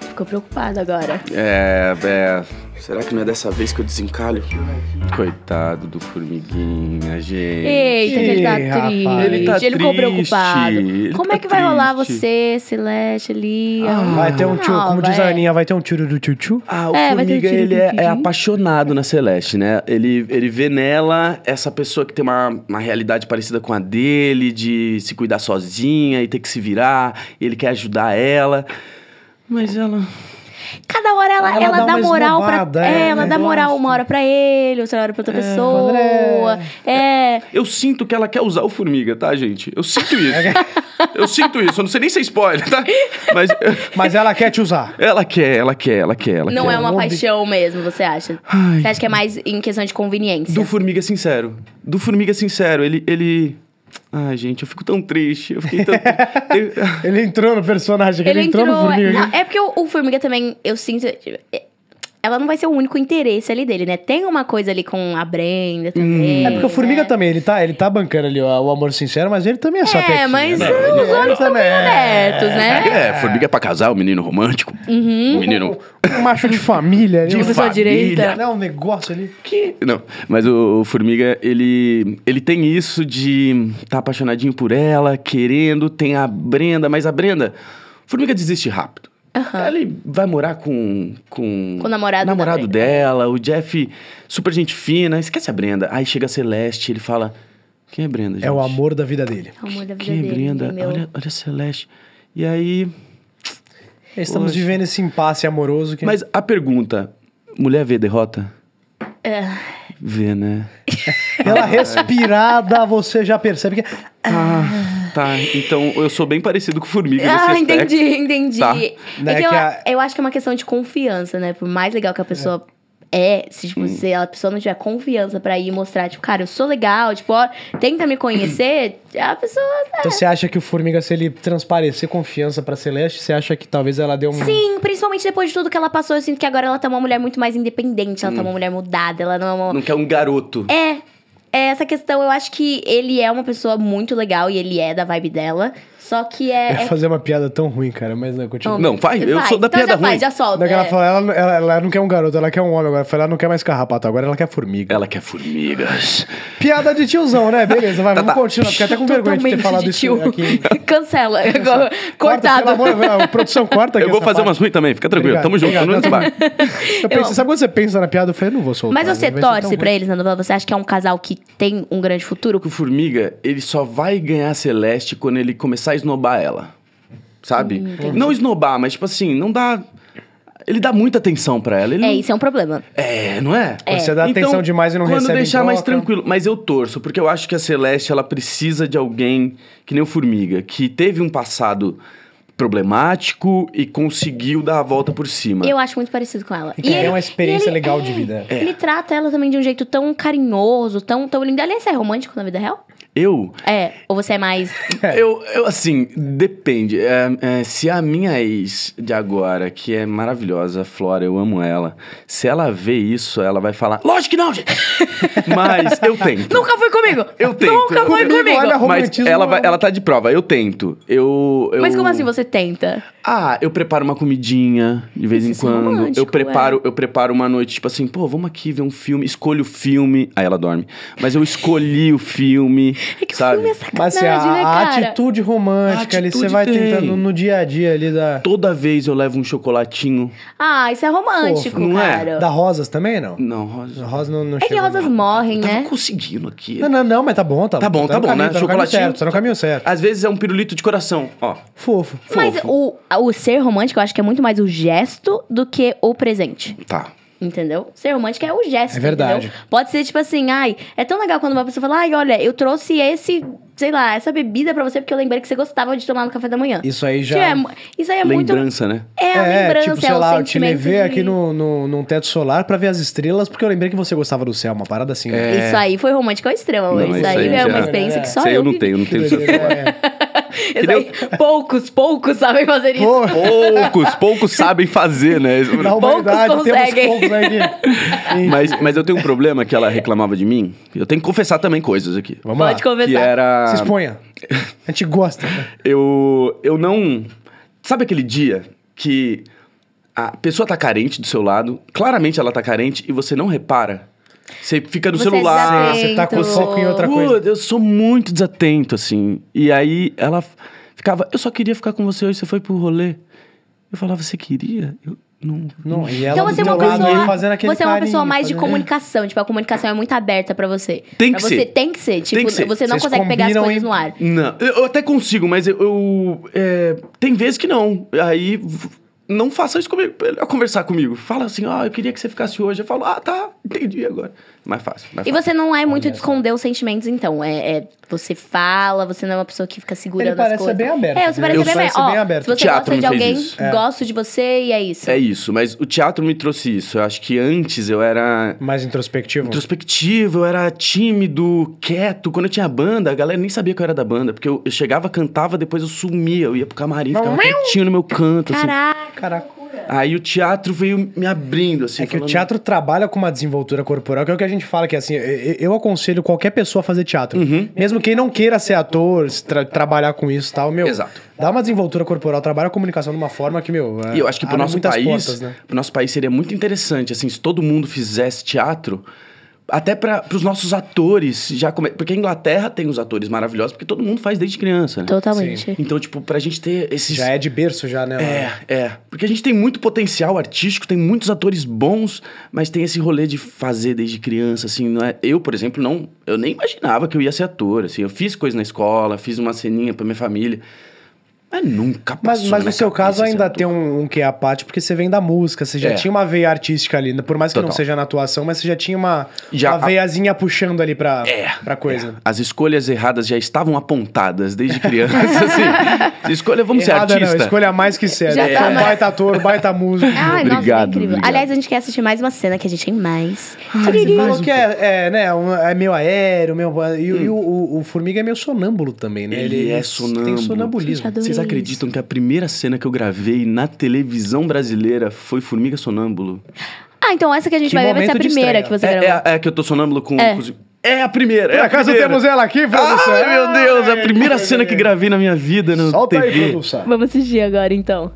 S2: Ficou preocupado agora.
S3: É, é. Será que não é dessa vez que eu desencalho? Coitado do formiguinha, gente.
S2: Eita, que ele tá
S1: Ih, rapaz.
S2: triste.
S1: Ele
S3: tá
S2: ficou
S3: triste.
S2: preocupado.
S3: Ele
S2: Como
S3: tá
S2: é que vai rolar
S3: triste.
S2: você, Celeste, é. ali?
S1: Vai ter um tio, como diz a
S2: vai.
S1: Aninha, vai ter um tiro do tio tio.
S3: Ah, o
S2: É, vai ter
S3: Formiga,
S2: um tiro
S3: ele
S2: do
S3: é,
S2: Kiki.
S3: é apaixonado na Celeste, né? Ele, ele vê nela essa pessoa que tem uma, uma realidade parecida com a dele, de se cuidar sozinha e ter que se virar. Ele quer ajudar ela. Mas ela.
S2: Cada hora ela,
S1: Ela
S2: ela,
S1: dá
S2: dá,
S1: uma
S2: moral
S1: esnobada,
S2: pra. É,
S1: é,
S2: ela
S1: né?
S2: dá moral uma hora pra ele, outra hora pra outra pessoa.
S1: André.
S2: É.
S3: Eu sinto que ela quer usar o Formiga, tá, gente? Eu sinto isso. eu sinto isso. Eu não sei nem se é spoiler, tá? Mas. *laughs*
S1: Mas ela quer te usar.
S3: Ela quer, ela quer, ela quer, ela
S2: Não
S3: quer.
S2: é uma
S1: amor de-
S2: paixão mesmo, você acha?
S3: Ai.
S2: Você acha que é mais em questão de conveniência?
S3: Do Formiga Sincero. Do Formiga Sincero, ele. ele... Ai, gente, eu fico tão triste. Eu fiquei tão.
S2: *laughs*
S3: Eu-
S1: Ele entrou no personagem, ele, entrou, no
S2: é,
S1: formiga.
S2: não, é porque o, o Formiga também, eu sinto. é, Ela não vai ser o único interesse ali dele, né? Tem uma coisa ali com a Brenda também.
S1: É porque o Formiga
S2: né?
S1: também, ele tá, ele tá bancando ali ó, o amor sincero, mas ele também é só
S2: É,
S1: pequinho,
S2: mas
S1: né?
S2: uh,
S1: Ele-
S2: os
S1: ele
S2: olhos estão
S1: também
S2: meio
S1: é-
S2: abertos, né?
S3: É, Formiga é pra casar, o menino romântico. O menino.
S1: Um macho de família ali.
S3: De
S1: um-
S2: Uhum. pessoa
S3: família.
S2: direita.
S1: Né, um negócio ali.
S3: Não, mas o, o Formiga, ele, ele tem isso de tá apaixonadinho por ela, querendo, tem a Brenda, mas a Brenda, Formiga desiste rápido. Ela vai morar com, com,
S2: Com o namorado da Brenda.
S3: dela, o Jeff, super gente fina, esquece a Brenda. Aí chega a Celeste, ele fala: Quem é Brenda? Gente?
S1: É o amor da vida dele.
S2: O amor da vida
S3: Quem é
S2: dele,
S3: Brenda?
S2: meu.
S3: Olha, olha a Celeste. E aí,
S1: Estamos
S3: Poxa.
S1: vivendo esse impasse amoroso que.
S3: Mas a pergunta: mulher vê derrota?
S2: É.
S3: Vê, né? *laughs*
S1: Pela respirada, você já percebe que.
S3: Tá, tá. Então eu sou bem parecido com formiga nesse
S2: Ah,
S3: aspecto.
S2: entendi, entendi.
S3: Tá.
S1: Né,
S2: É que
S1: que
S2: eu,
S1: a-
S2: eu acho que é uma questão de confiança, né? Por mais legal que a pessoa é, se, tipo, se a pessoa não tiver confiança pra ir mostrar, tipo, cara, eu sou legal, tipo, ó, tenta me conhecer, a pessoa. né?
S1: Então você acha que o Formiga, se ele transparecer confiança pra Celeste, você acha que talvez ela deu um.
S2: Sim, assim, principalmente depois de tudo que ela passou, eu sinto que agora ela tá uma mulher muito mais independente, ela tá uma mulher mudada, ela não é uma.
S3: Não quer um garoto.
S2: É. É essa questão, eu acho que ele é uma pessoa muito legal e ele é da vibe dela. Só que é.
S1: É
S2: é-
S1: fazer uma piada tão ruim, cara, mas não, continua.
S3: Não, vai, eu sou da
S2: então
S3: piada
S2: já
S3: ruim.
S2: Faz, já solta.
S1: Não, que ela
S2: é.
S1: fala, ela, ela- ela não quer um garoto, ela quer um homem agora. Eu falei, Ela não quer mais carrapato, agora ela quer formiga.
S3: Ela quer formigas.
S1: Piada de tiozão, né? Beleza, vai,
S3: Tá,
S1: vamos
S3: tá.
S1: continuar. Fiquei até com vergonha de ter
S2: Totalmente
S1: falado
S2: de
S1: isso
S2: tio. *laughs*
S1: aqui.
S2: Cancela. Agora,
S1: Corta,
S2: Cortado.
S1: pelo amor de Deus, a produção corta Tá aqui
S3: Eu vou
S1: essa
S3: fazer
S1: parte.
S3: umas ruins também, fica tranquilo.
S1: Obrigado,
S3: Tamo
S1: *laughs*
S3: junto,
S1: obrigado.
S3: não desbarco.
S1: Eu pensei,
S2: Eu-
S1: sabe quando você pensa na piada? Eu falei, eu não vou soltar.
S2: Mas você
S1: vai ser tão
S2: torce pra
S1: ruim.
S2: eles na novela? Você acha que é um casal que tem um grande futuro?
S3: O formiga, ele só vai ganhar a Celeste quando ele começar a esnobar ela. Sabe?
S1: Hum,
S3: não esnobar, mas tipo assim, não dá. Ele dá muita atenção pra ela. Ele
S2: É,
S3: não-
S2: isso é um problema.
S3: É, não é?
S1: Quando Você dá atenção demais e não
S3: quando
S1: recebe em
S3: deixar mais
S1: troca.
S3: tranquilo. Mas eu torço, porque eu acho que a Celeste, ela precisa de alguém que nem o Formiga, que teve um passado problemático e conseguiu dar a volta por cima.
S2: Eu acho muito parecido com ela.
S1: E que é uma experiência legal de vida.
S2: é, Ele trata ela também de um jeito tão carinhoso, tão, tão lindo. Aliás, você é romântico na vida real?
S3: Eu...
S2: É. Ou você é
S3: *laughs*
S2: mais.
S1: É.
S3: Eu, eu, assim, depende. É, é, se a minha ex de agora, que é maravilhosa, Flora, eu amo ela, se ela vê isso, ela vai falar: Lógico que não, gente! *laughs* Mas eu tento.
S2: Nunca foi comigo!
S3: Eu tento.
S2: Nunca foi
S1: Comigo,
S2: comigo! é
S1: olha,
S3: Mas
S1: romantismo
S3: ela,
S1: é
S3: vai-
S1: um-
S3: ela tá de prova, eu tento. Eu, eu-
S2: Mas como assim você tenta?
S3: Ah, eu preparo uma comidinha de vez
S2: Isso
S3: em
S2: é
S3: quando. eu
S2: romântico, é.
S3: preparo, eu preparo uma noite, tipo assim, pô, vamos aqui ver um filme, escolho o filme. Aí ela dorme. Mas eu escolhi o filme.
S2: *laughs* É que o
S3: Sabe?
S2: filme é
S1: Mas
S2: sacanagem,
S1: assim, a,
S2: né,
S1: a
S2: cara?
S1: atitude
S3: A
S1: romântica ali,
S3: atitude
S1: você vai
S3: tem.
S1: tentando no dia a dia ali da.
S3: Toda vez eu levo um chocolatinho.
S2: Ah, isso é romântico,
S3: Fofo, não é?
S2: cara.
S1: Da Rosas também, não?
S3: Não, Rosa.
S1: Rosa não, não
S2: É que
S1: chegou, um
S2: rosas
S1: não.
S2: morrem,
S3: Eu tava
S2: né?
S3: conseguindo aqui.
S1: Não, não, não, mas tá bom, tá,
S3: Tá bom, tá
S1: no
S3: bom,
S1: caminho,
S3: né?
S1: Tá no caminho
S3: Chocolatinho.
S1: certo, tá no caminho certo.
S3: Às vezes é um pirulito de coração, ó.
S1: Fofo.
S2: Mas
S3: Fofo.
S2: o, o ser romântico, eu acho que é muito mais o gesto do que o presente.
S3: Tá.
S2: Entendeu? Ser romântico é o gesto.
S1: É verdade.
S2: entendeu? Pode ser tipo assim, ai, é tão legal quando uma pessoa fala, ai, olha, eu trouxe esse, sei lá, essa bebida pra você porque eu lembrei que você gostava de tomar no café da manhã.
S1: Isso aí já.
S2: Tipo, é mu- isso aí é muito.
S3: Lembrança, né?
S2: É, a lembrança,
S1: tipo, sei
S2: é o
S1: lá, eu te
S2: sentimento.
S1: levei
S2: de-
S1: aqui no, no, num teto solar pra ver as estrelas, porque eu lembrei que você gostava do céu, uma parada assim. né?
S3: É,
S2: É. Isso aí foi romântico ao extremo.
S3: Não,
S2: isso
S3: isso
S2: aí
S3: aí
S2: é
S3: já-
S2: uma experiência que só
S3: Isso aí eu não
S2: vivi.
S3: tenho, não
S2: *laughs*
S3: tenho essa
S1: É.
S2: Isso aí, poucos, poucos sabem fazer isso.
S1: Pô,
S3: Poucos, poucos sabem fazer, né?
S1: na humanidade
S2: Poucos
S1: temos
S2: conseguem.
S1: poucos aí que-
S2: *laughs*
S3: Mas, mas eu tenho um problema que ela reclamava de mim. Eu tenho que confessar também coisas aqui.
S1: Vamos lá.
S2: Pode
S1: é
S3: Que
S2: conversar.
S3: era.
S1: Se exponha. A gente gosta. né?
S3: Eu, eu não. Sabe aquele dia que a pessoa tá carente do seu lado, claramente ela tá carente e você não repara? Você fica no
S2: Você
S3: celular.
S1: Você tá
S2: então.
S1: com o foco em outra
S3: Pô,
S1: coisa.
S3: eu sou muito desatento, assim. E aí ela f- ficava, eu só queria ficar com você hoje, você foi pro rolê. Eu falava, você queria? Eu não.
S1: Não, e ela
S2: Então
S1: do
S2: você é
S1: teu
S2: uma
S1: lado ali fazendo
S2: pessoa,
S1: aquele
S2: você é uma pessoa
S1: carinho, né?
S2: mais de
S1: fazendo-
S2: comunicação, tipo a comunicação é muito aberta pra você.
S3: Tem
S2: Pra
S3: que
S2: você
S3: ser.
S2: tem que ser, tipo,
S3: que ser.
S2: você não
S1: Vocês
S2: consegue pegar as
S1: combinam,
S2: coisas
S1: hein?
S2: no ar.
S3: Não, eu eu até consigo, mas eu. eu, é, tem vezes que não. Aí. v- Não faça isso comigo. Melhor conversar comigo. Fala assim, ah, eu queria que você ficasse hoje. Eu falo, ah, tá, entendi agora. Mais fácil. Mais
S2: E
S3: fácil.
S2: você não é muito de esconder os sentimentos, então. É, é- você fala, você não é uma pessoa que fica segurando
S1: Ele parece
S2: as coisas.
S1: ser bem aberto,
S2: É, você
S1: viu?
S2: parece
S1: Eu
S2: ser bem,
S1: parece
S2: aberto.
S1: bem
S2: Ó,
S1: aberto.
S2: Se você
S3: Teatro
S2: gosta
S3: me
S2: de
S3: fez
S2: alguém,
S3: isso.
S1: É.
S2: gosto de você e é isso.
S3: É isso, mas o teatro me trouxe isso. Eu acho que antes eu era
S1: Mais introspectivo.
S3: introspectivo, eu era tímido, quieto. Quando eu tinha banda, a galera nem sabia que eu era da banda, porque eu, eu chegava, cantava, depois eu sumia, eu ia pro camarim, ficava
S2: é um
S3: quietinho no meu canto. assim.
S2: Caraca.
S1: Caraca.
S3: Aí o teatro veio me abrindo, assim.
S1: É que o
S3: falando-
S1: teatro trabalha com uma desenvoltura corporal, que é o que a gente fala que assim, eu, eu aconselho qualquer pessoa a fazer teatro.
S3: Uhum.
S1: Mesmo quem não queira ser ator, se tra- trabalhar com isso e tal, meu.
S3: Exato.
S1: Dá uma desenvoltura corporal, trabalha a comunicação de uma forma que, meu. é,
S3: E eu acho que pro
S1: abre
S3: nosso
S1: muitas
S3: país,
S1: portas, né?
S3: pro nosso país seria muito interessante, assim, se todo mundo fizesse teatro, até para os nossos atores já come... porque a Inglaterra tem os atores maravilhosos, porque todo mundo faz desde criança, né?
S2: Totalmente.
S3: Então, tipo, pra gente ter esses
S1: Já é de berço, já, né?
S3: é, é. Porque a gente tem muito potencial artístico, tem muitos atores bons, mas tem esse rolê de fazer desde criança, assim, não é? Eu, por exemplo, não, eu nem imaginava que eu ia ser ator, assim. Eu fiz coisa na escola, fiz uma ceninha pra minha família, mas nunca
S1: Mas,
S3: passou
S1: mas
S3: na
S1: no seu
S3: cabeça
S1: caso
S3: ser
S1: ainda
S3: ator.
S1: tem um, um que é a parte, porque você vem da música, você já
S3: É.
S1: tinha uma veia artística ali, né? por mais que não
S3: Total.
S1: seja na atuação, mas você já tinha uma,
S3: Já
S1: uma
S3: a-
S1: veiazinha puxando ali pra,
S3: É,
S1: pra coisa.
S3: As escolhas erradas já estavam apontadas desde criança, *laughs* assim. Escolha, vamos
S1: Errada
S3: ser artista.
S1: é não, escolha mais que
S2: Já
S1: sério.
S2: tá
S1: É.
S2: mais-
S1: Baita ator, baita músico.
S2: Ai, nossa, é
S3: Obrigado,
S2: incrível.
S3: obrigado.
S2: Aliás, a gente quer assistir mais uma cena que a gente tem mais.
S3: Ah,
S1: Ele
S3: um
S1: falou que é, é, né, um- é meio aéreo, meio, e, o- e o, o- o Formiga é meio sonâmbulo também, né?
S3: Hum. Ele é
S1: Tem
S3: sonâmbulo.
S1: sonambulismo.
S2: Gente,
S3: Vocês
S2: Adorei
S3: acreditam que a primeira cena que eu gravei na televisão brasileira foi Formiga Sonâmbulo?
S2: Ah, então essa que a gente
S1: Que
S2: vai ver vai ser a
S1: momento de
S2: primeira
S1: estreia.
S2: que você
S3: É,
S2: gravou.
S3: é, a- é a que eu tô sonâmbulo com...
S2: É.
S3: com os- é a primeira,
S1: Por
S3: é a
S1: acaso
S3: primeira.
S1: temos ela aqui, produção?
S3: Ai, meu Deus, é a primeira
S1: Ai,
S3: cena que gravei na minha vida na
S1: É, Solta
S3: TV.
S1: aí, produção.
S2: Vamos assistir agora, então.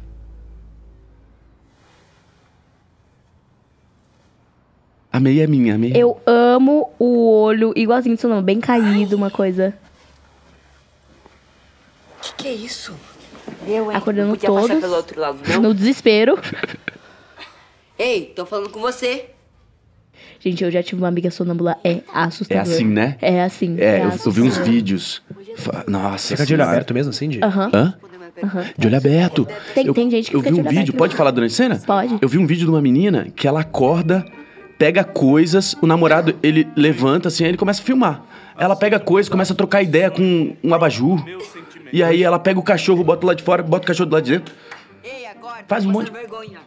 S3: a meia é minha, a meia.
S2: Eu amo o olho igualzinho do seu nome, bem caído, uma coisa.
S7: Que que é isso? Eu, hein?
S2: Acordando
S7: não podia
S2: todos.
S7: passar pelo outro lado, não?
S2: No desespero.
S7: Ei, tô falando com você.
S2: Gente, eu já tive uma amiga sonâmbula, é assustador.
S3: É assim, né?
S2: É assim.
S3: É, eu, eu vi
S2: assustador.
S3: uns vídeos. Fa- Nossa
S1: Fica de olho
S3: Senhora.
S1: aberto mesmo, assim, Diego?
S2: Aham.
S3: Hã?
S7: Uhum.
S3: De olho aberto.
S2: Tem- tem gente que
S3: Eu
S2: fica
S3: vi
S2: de
S3: um
S2: olho
S3: vídeo,
S2: aberto.
S3: pode falar durante a cena?
S2: Pode.
S3: Eu vi um vídeo de uma menina que ela acorda, pega coisas, o namorado, ele levanta assim, aí ele começa a filmar. Ela pega coisas, começa a trocar ideia com um abajur. E aí ela pega o cachorro, bota lá de fora, bota o cachorro do lado de dentro.
S7: Ei, agora.
S3: Faz um monte-
S7: Vergonha.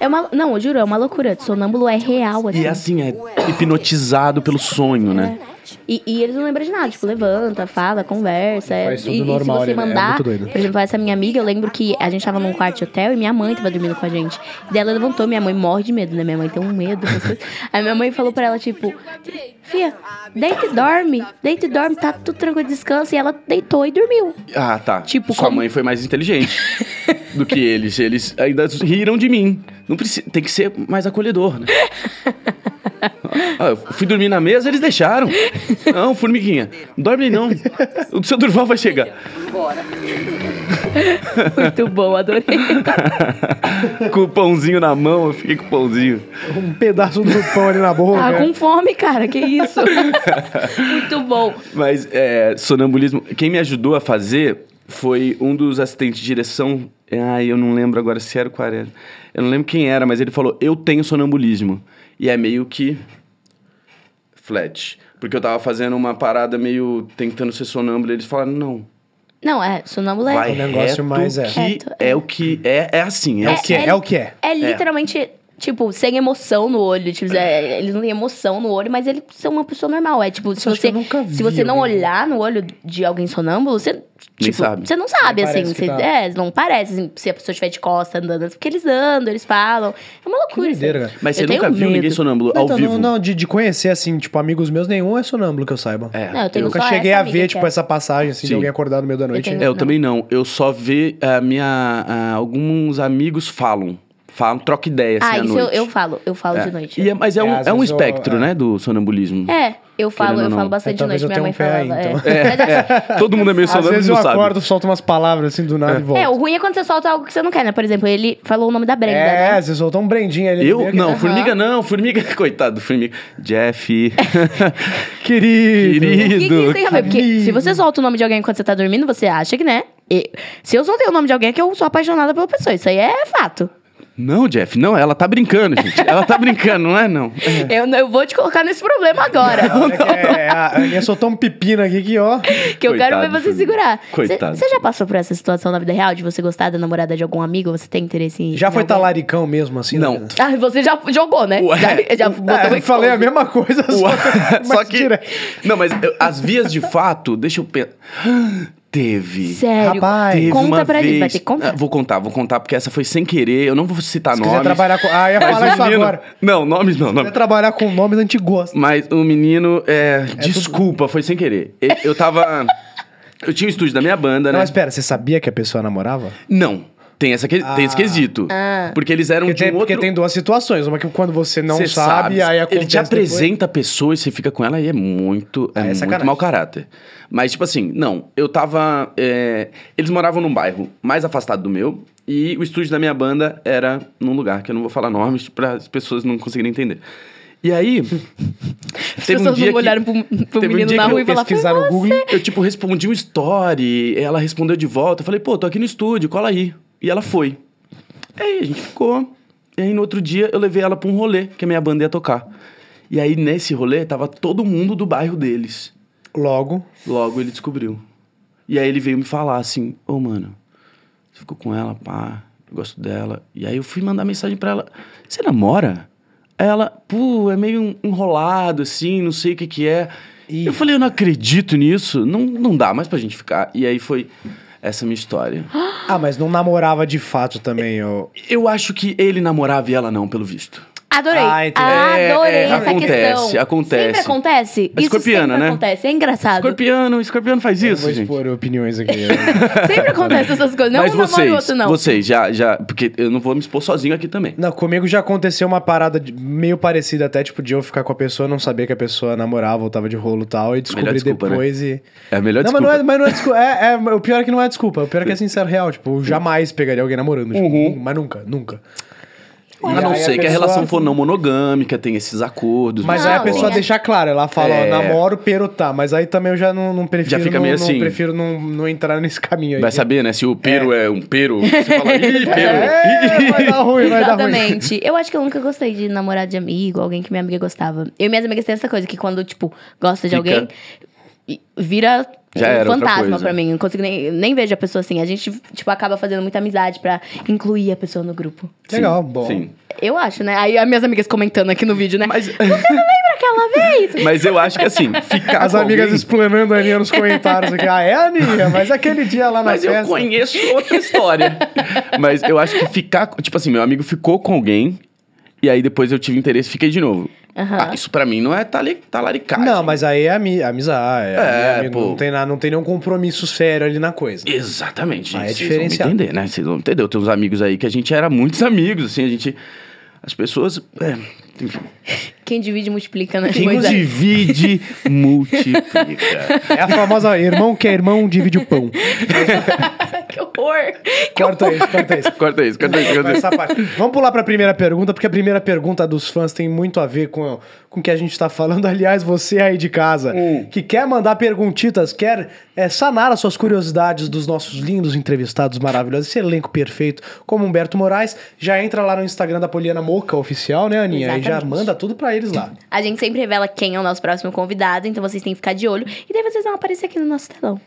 S2: É uma, não, eu juro, é uma loucura. Sonâmbulo é real, assim.
S3: E é assim, é hipnotizado pelo sonho,
S2: É.
S3: né?
S2: E, e eles não lembram de nada, tipo, levanta, fala, conversa. é-
S1: Faz tudo
S2: e, e
S1: normal,
S2: se
S1: ele-
S2: você
S1: é
S2: mandar,
S1: muito doido.
S2: por exemplo, essa minha amiga, eu lembro que a gente tava num quarto de hotel e minha mãe tava dormindo com a gente. E daí ela levantou, minha mãe morre de medo, né? Minha mãe tem um medo. essas coisas. Aí minha mãe falou pra ela, tipo, Fia, deita e dorme, deita e dorme, tá tudo tranquilo, descansa. E ela deitou e dormiu.
S3: Ah, tá.
S2: Tipo,
S3: Sua
S2: como-
S3: mãe foi mais inteligente. do que eles. Eles ainda riram de mim. Não precisa, tem que ser mais acolhedor,
S2: *laughs*
S3: né? Ah, eu fui dormir na mesa, eles deixaram. Não, formiguinha, não dorme aí não. O seu Durval vai chegar. *laughs*
S7: Bora.
S2: *laughs* Muito bom, adorei.
S3: com o pãozinho na mão, eu fiquei com o pãozinho.
S1: Um pedaço do pão ali na boca.
S2: Ah, com fome, cara, que *laughs* isso. Muito bom.
S3: Mas é, sonambulismo. Quem me ajudou a fazer foi um dos assistentes de direção. Ai, eu não lembro agora se era o Quaresma. Eu não lembro quem era, mas ele falou: Eu tenho sonambulismo. E é meio que. flat. Porque eu tava fazendo uma parada meio tentando ser sonâmbulo. e Eles falaram: Não.
S2: Não, é sonambulento.
S3: Vai
S1: um negócio
S3: reto
S1: mais, é.
S3: que
S2: Reto,
S3: é. o que. É, é assim. É,
S1: É o
S3: assim.
S1: que é, é o que é.
S2: É literalmente, tipo, sem emoção no olho. Tipo, é, eles não têm emoção no olho, mas eles são uma pessoa normal. É tipo, se
S1: acho que
S2: você,
S1: eu nunca vi
S2: se você não
S1: alguém-
S2: olhar no olho de alguém sonâmbulo, você. Tipo,
S3: sabe.
S2: Você não sabe,
S1: Nem
S2: assim.
S1: parece que
S2: Você,
S1: tá.
S2: É, não parece. assim, se a pessoa estiver de costa andando, é porque eles andam, eles falam. É uma loucura. isso.
S1: doideira, cara.
S3: Mas você
S2: Eu tenho
S3: nunca viu
S2: medo.
S3: ninguém sonâmbulo ao
S1: Então,
S3: vivo?
S1: não, não, de, de conhecer, assim, tipo, amigos meus, nenhum é sonâmbulo que eu saiba.
S3: É.
S2: Não, eu
S1: Eu
S2: tenho
S1: nunca
S2: só
S1: cheguei
S2: essa
S1: a
S2: amiga
S1: ver,
S2: que
S1: tipo,
S2: é.
S1: essa passagem, assim, de
S3: Sim.
S1: alguém acordar no meio da noite.
S2: Eu
S3: É, eu
S2: Não.
S3: também não. Eu só vi a minha. ah, alguns amigos falam. Falam, troca ideia assim,
S2: Ah,
S3: à
S2: isso eu,
S3: noite.
S2: eu falo. Eu falo
S3: É.
S2: de noite.
S3: E é- mas é,
S1: É,
S3: um,
S1: às
S3: é um
S1: vezes eu-
S3: espectro,
S1: é.
S3: né, do sonambulismo.
S2: É, eu falo,
S3: Querendo ou
S2: eu
S3: não.
S2: falo bastante
S1: É,
S2: de
S1: talvez
S2: noite.
S1: eu
S2: Minha
S1: tenha
S2: mãe
S1: um pé aí,
S2: falava. é.
S1: então.
S2: Mas acho-
S3: Todo mundo é meio
S1: Às
S3: sonâmbulo,
S1: vezes
S3: não
S1: eu
S3: sabe.
S1: acordo, solto umas palavras, assim, do nada e volto.
S2: *laughs* É, o ruim é quando você solta algo que você não quer, né? Por exemplo, ele falou o nome da Brenda,
S1: É,
S2: né?
S1: você soltou um brendinho ali. no meio
S3: Eu?
S1: que-
S3: Não,
S2: Aham.
S3: formiga não, formiga. *laughs* Coitado, do formiga. Jeff.
S1: *laughs* Querido.
S2: O que, que isso
S3: Querido.
S2: tem a ver? Porque
S1: Amigo.
S2: se você solta o nome de alguém quando você tá dormindo, você acha que, né? E- se eu soltei o nome de alguém é que eu sou apaixonada pela pessoa. Isso aí é fato.
S3: Não, Jeff, não, ela tá brincando, gente. Ela tá brincando, não é? Não.
S2: Eu, não- eu vou te colocar nesse problema agora.
S1: É que é, é, a Aninha soltou um pepino aqui que, ó.
S2: *laughs* que eu quero
S3: Coitado
S2: ver
S3: do
S2: você
S3: Felipe.
S2: segurar.
S3: Coitado.
S2: Você já passou por essa situação na vida real? De você gostar da namorada de algum amigo? Você tem interesse em.
S1: Já
S2: em
S1: foi
S2: alguém?
S1: talaricão mesmo, assim?
S3: Não.
S1: né?
S2: Ah, você já jogou, né?
S3: Ué.
S2: Já, já botou
S1: É,
S2: um
S1: eu falei a
S2: expose.
S1: mesma coisa, só,
S3: *laughs* Uau,
S1: que
S3: Só
S1: mais
S3: que.
S1: direto.
S3: Não, mas eu- as vias de fato, deixa eu pensar. *gasps* Teve.
S2: Sério.
S1: Rapaz.
S3: Teve
S2: Conta
S3: uma
S2: pra eles, vai
S3: vez-
S2: ter que contar.
S3: Ah, Vou contar, vou contar, porque essa foi sem querer. Eu não vou citar
S1: Se quiser
S3: nomes.
S1: trabalhar com... Ah, eu ia falar
S3: mas
S1: isso
S3: o menino-
S1: agora.
S3: Não, nomes não.
S1: Se quiser
S3: Nome.
S1: trabalhar com nomes, a gente gosta.
S3: Mas o menino, é, desculpa, foi sem querer. E- Eu tava. eu tinha um estúdio da minha banda,
S1: Não,
S3: né?
S1: mas pera, você sabia que a pessoa namorava?
S3: Não. Tem, essa que... tem esse
S1: Ah.
S3: quesito. Porque eles eram
S1: Porque,
S3: de
S1: tem,
S3: um
S1: porque
S3: outro...
S1: tem duas situações. Uma que quando você não
S3: Cê
S1: sabe, aí acontece
S3: Ele te
S1: depois.
S3: apresenta a pessoa e você fica com ela e é muito, é
S1: Ah, é
S3: muito
S1: sacanagem.
S3: mau caráter. Mas, tipo assim, não, eu tava. é, eles moravam num bairro mais afastado do meu e o estúdio da minha banda era num lugar que eu não vou falar nomes pra as pessoas não conseguirem entender. E aí.
S2: As pessoas não olharam pro, pro
S3: teve um
S2: menino
S3: dia
S2: na
S3: que eu
S2: rua e falaram.
S1: pesquisar no Google.
S3: Eu, tipo, respondi um story, ela respondeu de volta. Eu falei, pô, tô aqui no estúdio, cola aí. E ela foi. Aí a gente ficou. E aí no outro dia eu levei ela pra um rolê, que a minha banda ia tocar. E aí nesse rolê tava todo mundo do bairro deles.
S1: Logo,
S3: Logo ele descobriu. E aí ele veio me falar assim: Ô, mano, você ficou com ela, pá, eu gosto dela. E aí eu fui mandar mensagem pra ela: Você namora? Aí Ela, pô, é meio enrolado assim, não sei o que que é.
S1: Ih.
S3: Eu falei: Eu não acredito nisso, não, não dá mais pra gente ficar. E aí foi essa minha história.
S1: Ah, mas não namorava de fato também, ó.
S3: Eu acho que ele namorava e ela não, pelo visto.
S2: Adorei.
S1: Ah, entendi.
S2: Adorei
S3: É, é,
S2: essa
S3: acontece,
S2: questão.
S3: acontece.
S2: Sempre acontece. Isso
S3: Escorpiana,
S2: sempre
S3: né?
S2: acontece. É engraçado.
S3: Escorpião, escorpião faz
S1: Ah, É, Eu
S3: isso,
S1: vou
S3: gente.
S1: expor opiniões aqui.
S3: *laughs*
S2: Sempre acontece essas coisas. Não
S3: Mas
S2: um namora
S3: vocês,
S2: o outro, não.
S3: vocês já, já, porque eu não vou me expor sozinho aqui também.
S1: não, comigo já aconteceu uma parada de- meio parecida até, tipo, de eu ficar com a pessoa, não saber que a pessoa namorava ou tava de rolo e tal, e descobri
S3: desculpa, né?
S1: depois e...
S3: É a melhor
S1: não, mas
S3: desculpa.
S1: não é, mas não é desculpa. É, é- o pior é que não é desculpa. O pior é que é sincero, real. Tipo, eu jamais pegaria alguém namorando. tipo,
S3: Uhum.
S1: Mas nunca, nunca. E
S3: A Ah, não
S1: aí
S3: ser que a
S1: pessoa- assim
S3: relação for não monogâmica, tem esses acordos.
S1: Mas
S2: Não,
S1: aí a pessoa
S2: sim, é.
S1: deixa claro, ela fala,
S3: É.
S1: ó, namoro, pero tá. Mas aí também eu já não, não prefiro.
S3: Já fica
S1: não,
S3: meio
S1: não
S3: assim.
S1: prefiro não, não entrar nesse caminho aí.
S3: Vai saber, né? Se o pero é, um pero, você fala, ih, pero.
S1: *laughs* É, vai dar ruim, vai dar ruim.
S2: Exatamente. Eu acho que eu nunca gostei de namorar de amigo, alguém que minha amiga gostava. Eu e minhas amigas têm essa coisa que quando, tipo, gosta de
S3: Fica.
S2: alguém, i- vira
S3: Já
S2: um
S3: era, outra
S2: fantasma
S3: coisa.
S2: pra mim. Não consigo nem, nem vejo a pessoa assim. A gente, tipo, acaba fazendo muita amizade pra incluir a pessoa no grupo.
S1: Legal, bom.
S3: Sim.
S2: Eu acho, né? Aí as minhas amigas comentando aqui no vídeo, né?
S3: Mas, *laughs*
S2: Lembra aquela vez?
S3: mas eu acho que assim, ficar
S1: As
S3: com
S1: amigas
S3: alguém-
S1: explanando a Aninha nos comentários aqui. Ah, é, Aninha? Mas aquele dia lá na
S3: Mas
S1: festa...
S3: eu conheço outra história. mas eu acho que ficar. Tipo assim, meu amigo ficou com alguém. E aí depois eu tive interesse e fiquei de novo.
S2: Aham.
S3: Ah, isso pra mim não é tali- talaricagem.
S1: Não, mas aí é ami amizade.
S3: É,
S1: ami-
S3: pô.
S1: Não tem, nada, não tem nenhum compromisso sério ali na coisa.
S3: Exatamente.
S1: Mas é
S3: gente, Vocês
S1: diferenciado.
S3: vão me entender, né? Vocês vão me entender. Eu tenho uns amigos aí que a gente era muitos amigos, assim, a gente... As pessoas... É, enfim.
S2: Quem divide multiplica, né?
S3: Quem
S2: Pois é.
S3: divide, multiplica.
S1: É a famosa irmão que é irmão, divide o pão.
S2: *laughs* que horror! Que
S1: Corta
S2: horror.
S1: isso, corta isso.
S3: *laughs* Corta isso, corta isso, corta
S1: Mas
S3: isso.
S1: É, essa parte. Vamos pular pra primeira pergunta, porque a primeira pergunta dos fãs tem muito a ver com, com o que a gente tá falando. *laughs* Aliás, você aí de casa,
S3: Hum.
S1: que quer mandar perguntitas, quer é, sanar as suas curiosidades dos nossos lindos entrevistados maravilhosos, esse elenco perfeito, como Humberto Moraes, já entra lá no Instagram da Poliana Moca Oficial, né, Aninha? E já
S2: Exatamente.
S1: manda tudo pra eles lá.
S2: A gente sempre revela quem é o nosso próximo convidado, então vocês têm que ficar de olho. E daí vocês vão aparecer aqui no nosso telão.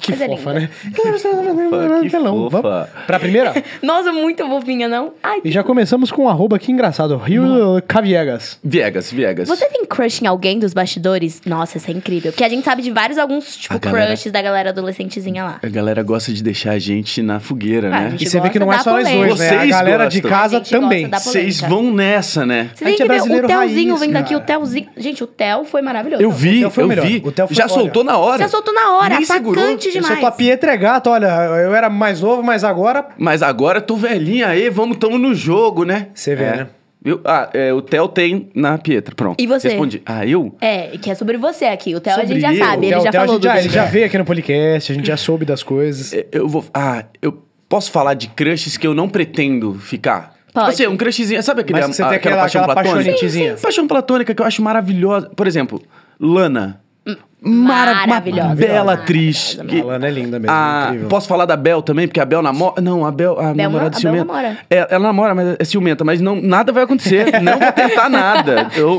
S1: Que
S2: *laughs* Coisa
S1: fofa,
S2: linda. *laughs*
S1: né?
S3: que
S1: Telão,
S3: fofa.
S1: vamos Pra primeira?
S2: Nossa, muito fofinha, não? Ai,
S1: E já começamos com um arroba aqui engraçado,
S2: Hum.
S1: Rio Caviegas.
S3: Viegas, Viegas.
S2: Você tem crush em alguém dos bastidores? Nossa, isso é incrível. Porque a gente sabe de vários, alguns, tipo,
S3: A galera-
S2: crushes da galera adolescentezinha lá.
S3: A galera gosta de deixar a gente na fogueira,
S2: Ah,
S3: né?
S2: gente
S1: E você vê que não é
S2: gosta
S1: só
S2: da
S1: nós dois, né? A
S3: polêmica.
S1: galera de
S3: Vocês
S1: casa
S2: A gente gosta
S1: também.
S2: da
S3: Vocês
S2: polêmica.
S3: vão nessa, né?
S2: Você
S1: A
S2: tem
S1: gente
S2: que
S1: é
S2: ver, o
S1: brasileiro
S2: Telzinho
S1: raiz,
S2: vem aqui,
S1: cara.
S2: o Telzinho... Gente, o Tel foi maravilhoso.
S3: Eu vi,
S1: Theo foi
S3: eu
S1: melhor.
S3: vi.
S1: O Theo foi-
S3: Já
S1: olha,
S3: soltou na hora.
S2: Já soltou na hora,
S3: Nem segurou.
S2: atacante
S1: Eu sou
S2: demais.
S1: tua Pietra Gata, olha, eu era mais novo, mas agora.
S3: Mas agora tô velhinha aí, vamos, tamo no jogo, né?
S1: Você vê,
S3: É.
S1: né?
S3: Viu? Ah, é, o Theo tem na Pietra, pronto.
S2: E você?
S3: Respondi. Ah, eu?
S2: É, que é sobre você aqui. O Theo a gente
S3: Sobre
S2: já
S3: eu.
S2: sabe, ele
S1: Theo-
S2: já
S1: Theo, Então, a
S2: falou
S1: gente já,
S2: do
S1: ele já veio aqui no podcast, a gente já soube das coisas.
S3: É, Eu vou... Ah, eu posso falar de crushes que eu não pretendo ficar?
S2: Pode.
S3: Tipo assim, um crushzinho... Sabe aquele,
S1: Mas que você
S3: a-
S1: tem
S3: aquela,
S1: aquela,
S3: paixão
S1: aquela
S3: platônica?
S1: paixonitezinha.
S3: Paixão platônica que eu acho maravilhosa. Por exemplo, Lana. uma
S2: Hum, maravilhosa.
S3: Bela
S2: Maravilhosa,
S3: atriz.
S2: maravilhosa.
S1: A Lana é linda mesmo,
S3: Ah,
S1: incrível.
S3: posso falar da Bel também? Porque a Bel namora. Não, a Bel. A namorada
S2: na- a Bel
S3: ciumenta.
S2: namora.
S3: É, ela namora, mas é ciumenta. Mas não, nada vai
S2: *laughs*
S3: acontecer. não vou tentar nada. Eu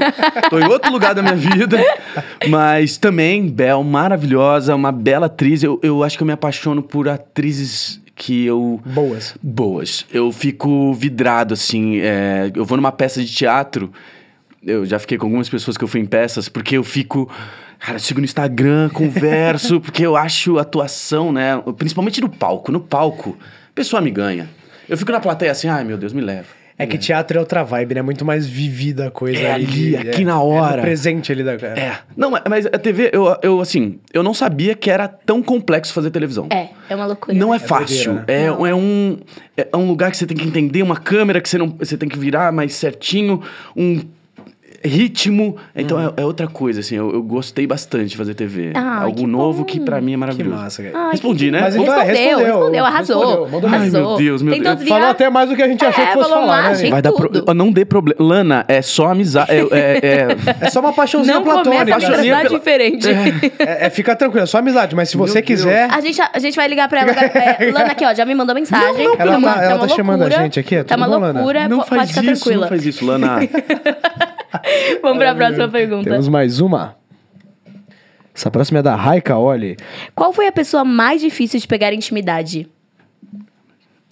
S3: tô em outro lugar da minha vida. Mas também, Bel, maravilhosa, uma bela atriz. Eu, eu acho que eu me apaixono por atrizes que eu.
S1: Boas.
S3: Boas. Eu fico vidrado, assim. é, eu vou numa peça de teatro. Eu já fiquei com algumas pessoas que eu fui em peças, porque eu fico. Cara, eu sigo no Instagram, converso, porque eu acho atuação, né? Principalmente no palco. No palco, a pessoa me ganha. Eu fico na plateia assim, ai meu Deus, me leva.
S1: É que teatro é outra vibe, né? Muito mais vivida a coisa
S3: É
S1: ali.
S3: ali, aqui na
S1: É no
S3: hora.
S1: presente ali da cara.
S3: É. Não, mas a TV, eu, eu assim, eu não sabia que era tão complexo fazer televisão.
S2: É, é uma loucura.
S3: Não é
S2: né?
S3: fácil.
S1: doideira,
S3: É, é um, é um lugar que você tem que entender, uma câmera que você, não, você tem que virar mais certinho, um ritmo. Então é, é outra coisa, assim. Eu, eu gostei bastante de fazer TV.
S2: Ai,
S3: Algo
S2: que
S3: novo
S2: bom.
S3: que pra mim é
S1: Que
S3: maravilhoso.
S1: massa, cara.
S2: Ai,
S3: Respondi,
S2: que-
S3: né?
S1: Mas
S3: Ou-
S1: então é,
S2: respondeu,
S1: respondeu,
S2: respondeu, arrasou.
S1: respondeu, mandou bem.
S3: Ai, meu
S2: arrasou.
S3: Deus, meu
S2: Tem
S3: Deus.
S2: todos
S1: Falou
S2: virados.
S1: até mais do que a gente achou
S2: É,
S1: que fosse
S2: falou
S1: falar,
S2: mais,
S1: né? Aninha?
S3: Vai dar
S2: tudo.
S3: pro- Não dê problema. Lana, é só amizade. É, é-
S2: *laughs*
S3: é-
S1: É só uma paixãozinha
S2: Não começa
S1: platônica. assim.
S2: a
S3: Paixãozinha
S2: amizade
S3: pela-
S2: diferente.
S1: É, é, fica tranquilo, é só amizade, mas se você
S3: Deus.
S1: quiser.
S2: A gente, a gente vai ligar
S1: *laughs*
S2: pra ela. É, Lana aqui, ó, já me mandou mensagem.
S1: Ela tá-
S2: uma-
S1: ela tá
S2: uma
S1: chamando
S2: loucura.
S1: a gente aqui, é
S2: Tá uma
S1: tudo bom, Lana?
S2: loucura,
S3: não
S2: po- pode
S3: faz
S2: ficar
S3: isso,
S2: tranquila.
S3: não faz
S2: *laughs*
S3: isso, Lana.
S2: Vamos pra próxima pergunta.
S1: Temos mais uma. Essa próxima é da Raika Oli.
S2: Qual foi a pessoa mais difícil de pegar intimidade?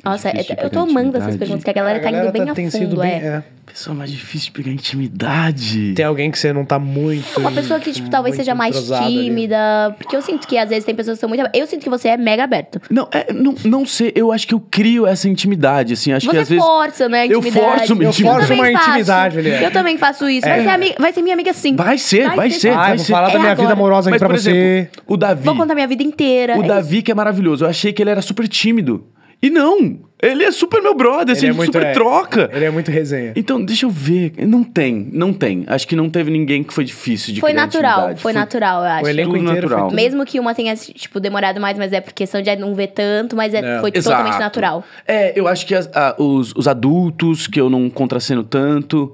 S2: Nossa, é-
S3: Difícil de
S2: eu tô amando
S3: pegar
S2: essas
S3: intimidade.
S2: perguntas, que a galera, tá indo bem a fundo, é.
S3: Pessoa mais difícil de pegar intimidade.
S1: Tem alguém que você não tá muito.
S2: Uma pessoa que, tipo, talvez
S1: muito
S2: seja mais
S1: entrosada ali.
S2: tímida. Porque eu sinto que às vezes tem pessoas que são muito. Eu sinto que você é mega aberto.
S3: Não, é, não, não sei. Eu acho que eu crio essa intimidade, assim. Acho que às
S2: Você
S3: vezes.
S2: força, né? a
S3: Eu
S2: Intimidade.
S3: forço uma
S1: Eu
S3: intimidade.
S1: forço uma
S2: também faço.
S1: intimidade, ele é.
S2: Eu também faço isso. Vai, ser ami- vai ser minha amiga sim.
S3: Vai ser, vai ser,
S1: Ah, eu
S3: vai
S1: vou
S3: ser.
S1: falar da
S2: É
S1: minha vida
S2: agora.
S1: amorosa aqui
S3: Mas,
S1: pra
S3: por
S1: você.
S3: exemplo, o Davi.
S2: Vou contar minha vida inteira.
S3: O
S2: É
S3: Davi, que é maravilhoso. Eu achei que ele era super tímido. E não! Ele é super meu brother,
S1: Ele
S3: assim,
S1: é
S3: a gente
S1: muito,
S3: super
S1: é,
S3: troca.
S1: Ele é muito resenha.
S3: Então, deixa eu ver. Não tem, não tem. Acho que não teve ninguém que foi difícil de
S2: Foi
S3: criar
S2: natural, foi,
S3: intimidade.
S2: natural, eu acho.
S1: O elenco
S3: tudo
S1: inteiro
S3: natural.
S1: foi tudo-
S2: Mesmo que uma tenha, tipo, demorado mais, mas é por questão de não ver tanto, mas é-
S1: Não.
S2: foi
S3: Exato.
S2: totalmente natural.
S3: É, eu acho que as- a- os, os adultos, que eu não contraceno tanto.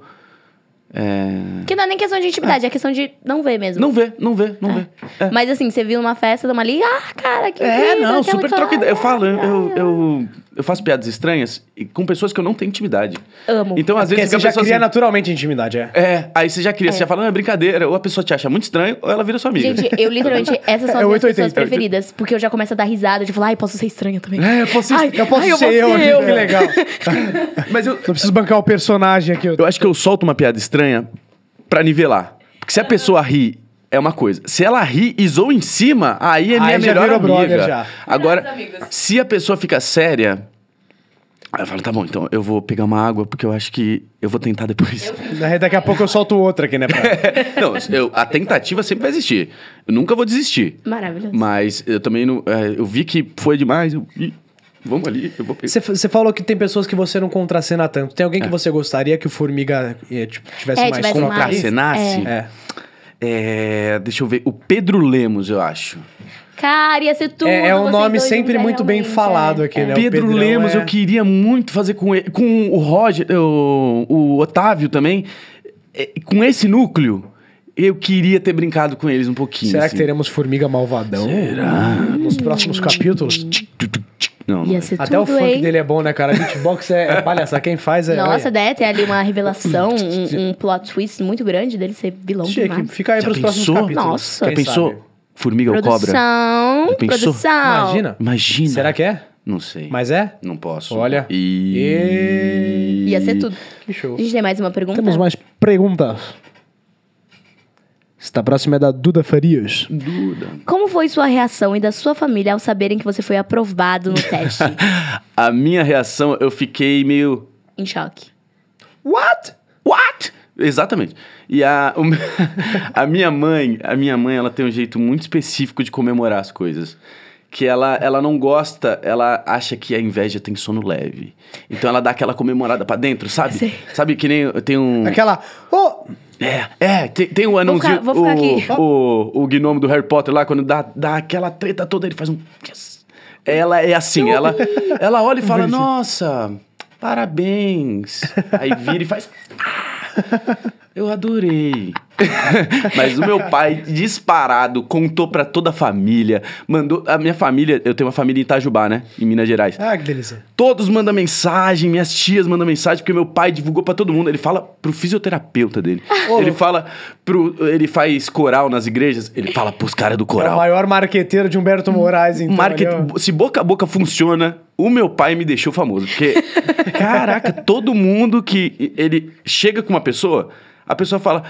S2: Porque não é nem questão de intimidade, é, questão de não ver mesmo.
S3: Não vê, não vê, não vê. É.
S2: Mas assim, você viu numa festa, dá uma liga, ah, cara, que
S3: É,
S2: incrível,
S3: não,
S2: aquela
S3: super
S2: que
S3: troca ideia. Eu falo, eu, eu,
S2: ah,
S3: eu, eu faço piadas estranhas e com pessoas que eu não tenho intimidade.
S2: Amo.
S3: Então, às
S1: Porque
S3: vezes,
S1: você
S3: fica a
S1: já
S3: pessoa
S1: cria
S3: assim,
S1: naturalmente intimidade, é.
S3: É, aí você já cria, você já fala, não, é brincadeira. Ou a pessoa te acha muito estranho, ou ela vira sua amiga.
S2: Gente,
S1: *laughs*
S2: eu literalmente, essas
S1: É
S2: são as minhas
S1: 880,
S2: pessoas preferidas. Porque eu já começo a dar risada, de falar, ai, posso ser estranha também.
S3: É, eu posso ser-
S2: Ai,
S1: Eu posso
S2: ai,
S1: ser
S2: vou
S1: eu, aqui, né?
S2: eu.
S1: que *laughs* legal.
S3: Mas eu,
S1: Não preciso bancar o personagem aqui.
S3: *laughs* eu acho que eu solto uma piada estranha pra nivelar. Porque se a pessoa ri, é uma coisa. Se ela ri e zoa em cima, aí é minha
S1: Aí já
S3: melhor
S1: virou
S3: amiga.
S1: brother, já.
S3: Agora, se a pessoa fica séria, Aí eu falo, tá bom, então eu vou pegar uma água, porque eu acho que eu vou tentar depois.
S1: Na- né, Daqui a pouco eu solto outra aqui, né? Pra...
S3: não, eu- a tentativa sempre vai existir. Eu nunca vou desistir.
S2: Maravilhoso.
S3: Mas eu também não. é, eu vi que foi demais. Eu, ih, vamos ali, eu vou
S1: *laughs*
S3: pegar.
S1: Você- Você falou que tem pessoas que você não contracena tanto. Tem alguém que você gostaria que o Formiga eh, tipo, tivesse
S2: É,
S1: mais
S2: tivesse
S1: troca
S2: mais.
S1: ali?
S3: Contracenasse?
S1: É.
S3: É, deixa eu ver. O Pedro Lemos, eu acho.
S2: Cara, ia ser tudo.
S1: É, é um
S2: vocês
S1: nome
S2: dois
S1: sempre
S2: juntos, é,
S1: muito bem
S2: realmente,
S1: falado
S2: é.
S1: aqui, né? O
S3: Pedro
S1: Pedrão
S3: Lemos,
S1: é-
S3: eu queria muito fazer com ele. Com o Roger, o, o Otávio também. É, com esse núcleo, eu queria ter brincado com eles um pouquinho.
S1: Será que
S3: assim.
S1: teremos Formiga Malvadão?
S3: Será?
S1: Nos próximos capítulos?
S3: Não, não.
S2: Ia ser
S1: Até o
S2: tudo,
S1: funk
S2: hein?
S1: dele é bom, né, cara? Beatbox é, é palhaçada. Quem faz é.
S2: Nossa,
S1: olha.
S2: deve ter ali uma
S1: *laughs*
S2: revelação, um, um plot twist muito grande dele ser vilão
S1: Chique,
S2: demais.
S1: fica aí
S3: Já
S1: pros próximos
S3: pensou?
S1: capítulos.
S2: Nossa.
S1: Quem
S3: Já pensou?
S1: sabe?
S3: Formiga ou cobra?
S2: Produção,
S3: Já pensou?
S2: produção.
S1: Um Imagina.
S3: Imagina.
S1: Será que é?
S3: Não sei.
S1: Mas é?
S3: Não posso.
S1: Olha.
S3: E...
S2: Ia ser tudo.
S1: Que show.
S2: A gente tem mais uma pergunta?
S1: Temos mais perguntas. Esta próxima é da Duda Farias.
S3: Duda.
S2: Como foi sua reação e da sua família ao saberem que você foi aprovado no teste?
S1: *laughs*
S3: A minha reação, eu fiquei meio.
S2: em choque.
S1: What?
S3: What? Exatamente. E a, o me- *laughs* a minha mãe, a minha mãe, ela tem um jeito muito específico de comemorar as coisas. Que ela, ela não gosta, ela acha que a inveja tem sono leve. Então ela dá aquela comemorada pra dentro, sabe? Sabe que nem tem um.
S1: Aquela. Oh!
S3: É, é, tem, tem o anãozinho.
S2: ficar- vou ficar
S3: o,
S2: aqui.
S3: O, o gnomo do Harry Potter lá, quando dá, dá aquela treta toda, ele faz um. yes. Ela é assim, ela, ela olha e fala: Nossa, parabéns. Aí vira e faz. "Ah, Eu adorei. *laughs* Mas o meu pai, disparado, contou pra toda a família. Mandou. A minha família, eu tenho uma família em Itajubá, né? Em Minas Gerais.
S1: Ah, que delícia.
S3: Todos mandam mensagem, minhas tias mandam mensagem, porque meu pai divulgou pra todo mundo. Ele fala pro fisioterapeuta dele. ele fala pro. Ele faz coral nas igrejas, ele fala pros caras
S1: É
S3: do
S1: o
S3: coral.
S1: maior marqueteiro de Humberto Moraes, então.
S3: Market,
S1: ali, ó.
S3: se boca a boca funciona, o meu pai me deixou famoso. Porque, caraca, todo mundo que ele chega com uma pessoa, a pessoa fala,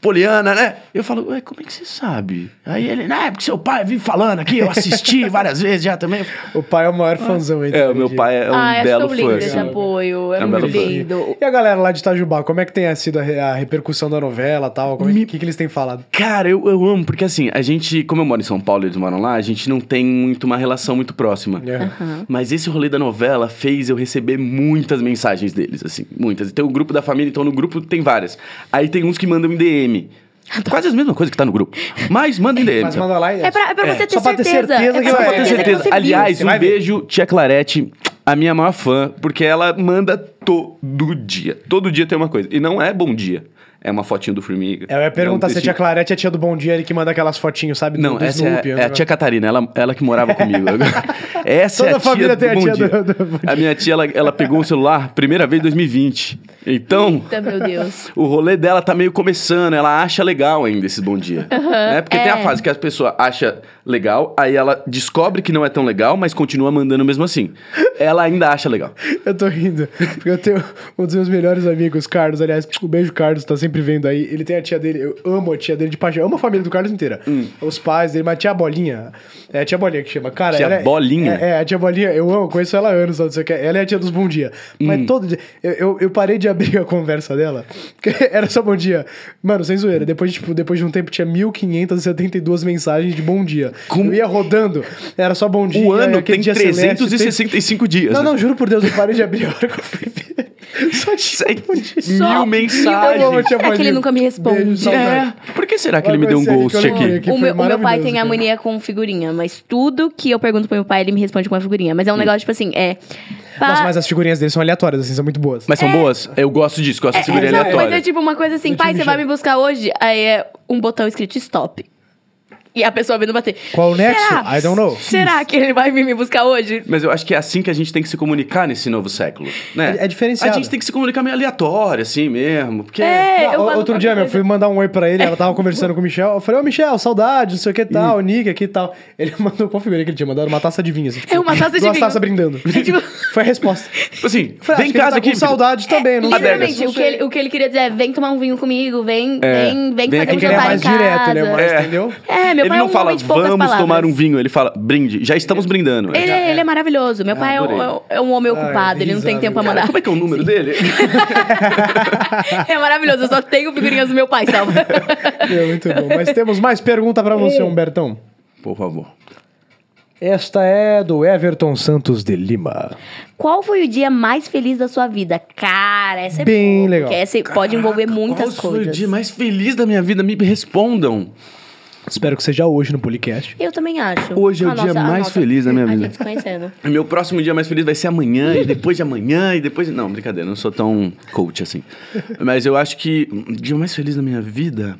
S3: Poliana, né? Eu falo, ué, como é que você sabe? Aí ele, né, porque seu pai vive falando aqui, eu assisti várias vezes já também.
S1: O pai é o maior fãzão, então.
S3: É, o meu
S1: de-
S3: pai é um
S2: Ai,
S3: belo
S2: Ah, acho tão lindo
S3: fã.
S2: esse
S3: assim.
S2: apoio. É,
S3: É um
S2: muito
S3: belo fã.
S2: lindo.
S1: E a galera lá de Itajubá, como é que tem sido a, re- a repercussão da novela e tal? O que, que, que eles têm falado?
S3: Cara, eu, eu amo, porque assim, a gente, como eu moro em São Paulo e eles moram lá, a gente não tem muito uma relação muito próxima.
S1: É.
S3: Mas esse rolê da novela fez eu receber muitas mensagens deles, assim, muitas. Tem o grupo da família, então no grupo tem várias. Aí tem uns que mandam em DM. Quase a mesma coisa que tá no grupo. Mas manda em DM.
S1: Mas manda lá e.
S2: É pra, é pra você ter
S1: só pra ter
S2: certeza.
S1: certeza
S2: é
S1: que
S2: pra
S1: vai- Só
S2: você
S3: Tenho
S1: pra ter
S3: certeza.
S2: que você
S3: Aliás,
S1: Você
S3: um
S1: vai ver.
S3: beijo, tia Clarete, a minha maior fã, porque ela manda todo dia. Todo dia tem uma coisa. E não é bom dia. É uma fotinho do Formiga.
S1: Eu ia perguntar
S3: É um
S1: se a tia
S3: textinho.
S1: Clarete é a tia do Bom Dia, ele que manda aquelas fotinhos, sabe? do-
S3: Não,
S1: do
S3: essa é a-
S1: Snoopy,
S3: é,
S1: né?
S3: a tia Catarina, ela, ela que morava
S1: *laughs*
S3: comigo. essa
S1: Toda
S3: é a
S1: a
S3: tia
S1: família
S3: do
S1: tem a
S3: Bom
S1: tia
S3: Dia.
S1: do- do Bom
S3: A minha tia, ela, ela pegou o celular primeira vez em 2020. Então,
S2: Eita, meu Deus.
S3: o rolê dela tá meio começando, ela acha legal ainda esse Bom Dia. né? Porque tem a
S2: é.
S3: fase que as pessoas acham legal, aí ela descobre que não é tão legal, mas continua mandando mesmo assim. Ela ainda acha legal.
S1: *laughs* Eu tô rindo, porque eu tenho um dos meus melhores amigos, Carlos. Aliás, um beijo, Carlos, tá sempre vendo aí. Ele tem a tia dele, eu amo a tia dele de paixão. Eu amo a família do Carlos inteira.
S3: Hum.
S1: Os pais dele, mas a tia Bolinha. É a tia Bolinha que chama. Cara,
S3: Tia
S1: ela é-
S3: Bolinha?
S1: É, é, a tia Bolinha, eu amo, conheço ela há anos, não sei o que. Ela é a tia dos Bom Dia.
S3: Hum.
S1: Mas todo dia. Eu, eu, eu parei de abrir a conversa dela, *laughs* porque era só Bom Dia. Mano, sem zoeira. Depois, tipo, depois de um tempo tinha 1572 mensagens de Bom Dia.
S3: Como-
S1: Eu ia rodando, era só Bom Dia.
S3: o ano
S1: aquele
S3: tem
S1: dia celeste,
S3: 365 dias.
S1: não,
S3: né?
S1: não, juro por Deus, eu parei de abrir a hora que eu fui ver. *laughs* Só tinha
S3: Sei-
S1: um monte de-
S3: Mil
S2: Só-
S3: mensagens.
S1: Eu amo, tia
S2: É que ele
S1: Bolinha.
S2: nunca me responde.
S1: Beijo, um saudade.
S3: É. Por que será que ele me deu um
S1: Agora
S3: ghost
S1: eu sei *laughs* que eu
S3: aqui?
S1: lembrei. que
S2: o,
S1: foi
S2: meu, o meu pai
S1: maravilhoso, né?
S2: tem
S1: cara.
S2: harmonia com figurinha, mas tudo que eu pergunto pro meu pai, ele me responde com uma figurinha. Mas é um negócio, tipo assim, é. pá-
S1: Hum. Nossa, mas as figurinhas dele são aleatórias, assim, são muito boas.
S3: Mas são boas? Eu gosto disso, gosto de segurar
S2: é, não,
S3: aleatória.
S2: Mas é tipo uma coisa assim,
S1: Do
S2: pai,
S1: time
S2: você vai
S1: Michel.
S2: me buscar hoje? Aí é um botão escrito stop. E a pessoa vindo bater.
S1: Qual o nexo?
S2: Será?
S1: I don't know.
S2: Será que ele vai vir me buscar hoje?
S3: Mas eu acho que é assim que a gente tem que se comunicar nesse novo século, né?
S1: É- é diferenciado.
S3: A gente tem que se comunicar meio aleatório, assim mesmo, porque...
S2: É,
S1: Não,
S2: eu falo
S1: outro
S2: uma
S1: dia, meu, eu
S2: coisa.
S1: fui mandar um oi pra ele, ela
S2: *laughs*
S1: tava conversando com o Michel. Eu falei, ô Michel, saudade, não sei o que tal, Nick aqui e tal. Ele *laughs* mandou qual figurinha que ele tinha mandado? Uma taça de vinho, assim. tipo,
S2: É uma taça de
S1: duas
S2: vinho.
S1: taças brindando.
S2: É, tipo-
S1: *laughs* Foi a resposta.
S3: Tipo assim,
S1: Eu falei, acho
S3: vem em
S1: que ele
S3: casa
S1: tá
S3: aqui...
S1: com saudade também, não sei.
S2: É, Literalmente, o que, ele, o que ele é, queria dizer é: vem tomar um vinho comigo, vem, vem, vem, fazer
S3: aqui
S2: um
S3: que
S1: Ele é
S2: jantar em
S1: mais
S2: casa.
S1: direto, ele é mais, entendeu?
S2: É, meu Meu
S3: ele
S2: pai é
S3: não
S2: um
S3: fala,
S2: homem de poucas
S3: vamos tomar
S2: palavras."
S3: um vinho. Ele fala, brinde, já estamos brindando. né?
S2: Ele, ele é maravilhoso. Meu pai é um,
S3: adorei.
S2: é um- é um homem
S1: Ai,
S2: ocupado, ele não tem
S1: risável.
S2: tempo pra
S1: Cara,
S2: mandar. *laughs*
S3: Como é que é o número dele?
S2: É maravilhoso, eu só tenho figurinhas do meu pai,
S3: *laughs*
S2: salva.
S1: É muito bom. Mas temos mais pergunta pra
S2: É.
S1: você, Humbertão.
S3: Por favor.
S1: Esta é do Everton Santos de Lima.
S2: Qual foi o dia mais feliz da sua vida? Cara, essa é
S1: Bem
S2: boa,
S1: legal.
S2: Porque essa pode envolver muitas
S3: Qual foi o
S2: coisas.
S3: dia mais feliz da minha vida? Me respondam.
S1: Espero que seja hoje no podcast.
S2: Eu também acho.
S3: Hoje é o
S2: Ah,
S3: dia
S2: nossa, ah,
S3: mais
S2: nossa.
S3: feliz da minha
S2: A
S3: vida.
S2: gente tá se conhecendo.
S3: Meu próximo dia mais feliz vai ser amanhã, e depois de amanhã, e depois. de- Não, brincadeira, eu não sou tão coach assim. Mas eu acho que o dia mais feliz da minha vida.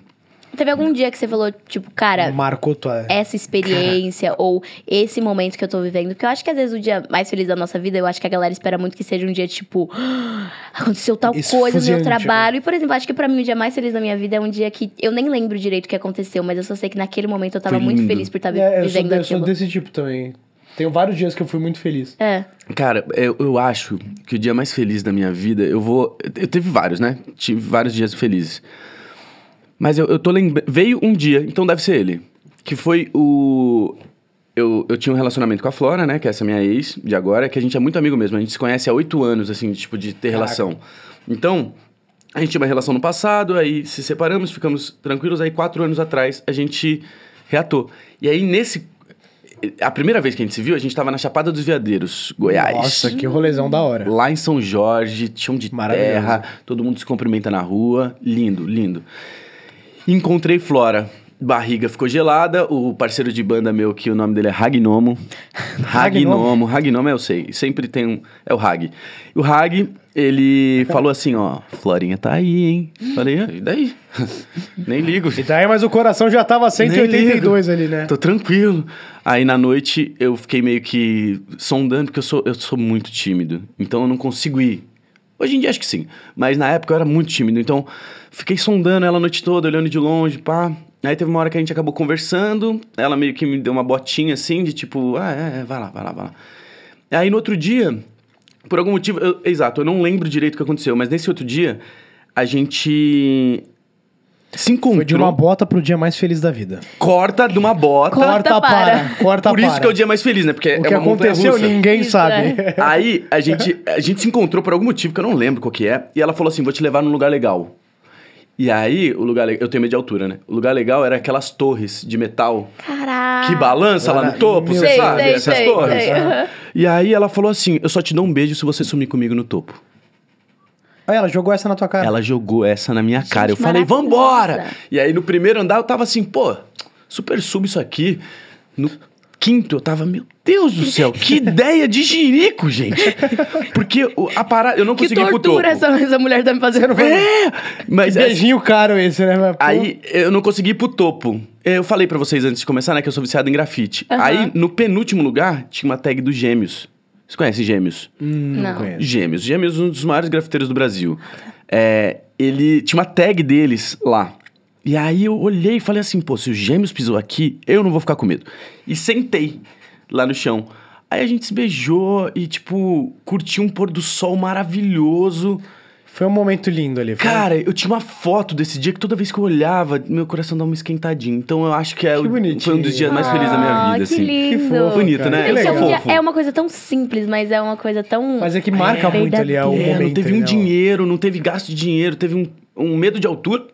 S2: Teve algum dia que você falou, tipo, cara, é,
S1: Marcou tua.
S2: essa experiência ou esse momento que eu tô vivendo? Porque eu acho que às vezes o dia mais feliz da nossa vida, eu acho que a galera espera muito que seja um dia tipo, *gasps* "Ah, aconteceu tal coisa no
S1: Esfuziante,
S3: tipo.
S2: meu trabalho. E, por exemplo, acho que pra mim o dia mais feliz da minha vida é um dia que eu nem lembro direito o que aconteceu, mas eu só sei que naquele momento eu tava
S3: Foi
S2: muito
S3: lindo.
S2: feliz por estar
S1: É, eu, sou
S2: vivendo
S1: de- eu sou
S2: tá aquilo.
S1: desse tipo também. Tenho vários dias que eu fui muito feliz.
S2: É.
S3: Cara, eu, eu acho que o dia mais feliz da minha vida, eu vou. Eu teve vários, né? Tive vários dias felizes. Mas eu, eu tô lembrando. Veio um dia, então deve ser ele. Que foi o. Eu, eu tinha um relacionamento com a Flora, né? Que é essa minha ex de agora, que a gente é muito amigo mesmo. A gente se conhece há oito anos, assim, tipo, de ter relação. Então, a gente tinha uma relação no passado, aí se separamos, ficamos tranquilos, aí quatro anos atrás a gente reatou. E aí, nesse. A primeira vez que a gente se viu, a gente tava na Chapada dos Veadeiros, Goiás.
S1: Nossa, que rolezão da hora.
S3: Lá em São Jorge, chão de
S1: Maravilhoso.
S3: terra, todo mundo se cumprimenta na rua. Lindo, lindo. Encontrei Flora. Barriga ficou gelada, o parceiro de banda meu, que o nome dele
S1: *laughs*
S3: é Ragnomo. Ragnomo, Ragnomo é eu sei, sempre tem um. É o Rag. O Rag, ele falou assim: ó, Florinha tá aí, hein? Falei, "Ah, e daí? Nem ligo.
S1: E daí, mas o coração já tava
S3: Nem
S1: 182
S3: ligo.
S1: ali, né?
S3: Tô tranquilo. Aí na noite eu fiquei meio que sondando, porque eu sou, eu sou muito tímido. Então eu não consigo ir. Hoje em dia acho que sim. Mas na época eu era muito tímido. Então fiquei sondando ela a noite toda, olhando de longe, pá. Aí teve uma hora que a gente acabou conversando. Ela meio que me deu uma botinha assim, de tipo, ah, é, é, vai lá, vai lá, vai lá. Aí no outro dia, por algum motivo, eu- exato, eu não lembro direito o que aconteceu, mas nesse outro dia, a gente se encontrou.
S1: Foi de uma bota pro dia mais feliz da vida.
S3: Corta de uma bota.
S2: Corta, para.
S1: Corta
S3: Por
S1: para.
S3: isso que é o dia mais feliz, né? Porque
S1: O
S3: é
S1: que
S3: uma montanha
S1: aconteceu,
S3: russa.
S1: ninguém
S2: Isso, é.
S1: sabe. *laughs*
S3: Aí a gente, a gente se encontrou por algum motivo que eu não lembro qual que é. E ela falou assim: vou te levar num lugar legal. E aí, o lugar le- Eu tenho medo de altura, né? O lugar legal era aquelas torres de metal
S2: Caraca.
S3: que balança lá no topo,
S1: Meu
S3: você
S1: Deus.
S3: sabe?
S2: Ah, Sei,
S3: Essas
S2: sei,
S3: torres.
S2: sei, aham. *laughs*
S3: E aí ela falou assim: eu só te dou um beijo se você sumir comigo no topo.
S1: Aí ela jogou essa na tua cara.
S3: Ela jogou essa na minha cara. Eu falei,
S2: maravilhosa.
S3: vambora! E aí no primeiro andar eu tava assim, pô, super sub isso aqui. No quinto eu tava, meu Deus do
S2: *laughs*
S3: céu, que ideia de jirico, gente! Porque o- a parada, eu não
S2: Que
S3: consegui ir pro topo.
S2: tortura essa, essa mulher tá me fazendo.
S3: É! Mas essa-
S1: Beijinho caro esse, né? Mas, pô,
S3: Aí eu não consegui ir pro topo. Eu falei pra vocês antes de começar, né, que eu sou viciado em grafite.
S2: Aham.
S3: Aí, no penúltimo lugar, tinha uma tag dos gêmeos. Vocês conhecem gêmeos?
S2: Não.
S1: hum, conheço.
S3: Gêmeos. Gêmeos, um dos maiores grafiteiros do Brasil. É, ele tinha uma tag deles lá. E aí eu olhei e falei assim, pô, se o Gêmeos pisou aqui, eu não vou ficar com medo. E sentei lá no chão. Aí a gente se beijou e, tipo, curtiu um pôr do sol maravilhoso.
S1: Foi um momento lindo ali. foi-
S3: Cara, eu tinha uma foto desse dia que toda vez que eu olhava, meu coração dava uma esquentadinha. Então eu acho que, é
S1: Que
S3: o- foi um
S1: bonitinho.
S3: dos dias mais felizes da minha
S2: Ah,
S3: vida,
S2: que
S3: assim.
S2: lindo.
S1: Que fofo,
S3: Bonito,
S1: cara.
S3: né?
S1: Que
S2: Isso é, um
S1: legal.
S2: dia- é uma coisa tão simples, mas é uma coisa tão.
S1: Mas é que marca muito ali, é o
S2: verdadeira.
S3: É, não
S1: momento.
S3: teve um
S1: né?
S3: dinheiro, não teve gasto de dinheiro, teve um- um medo de altura.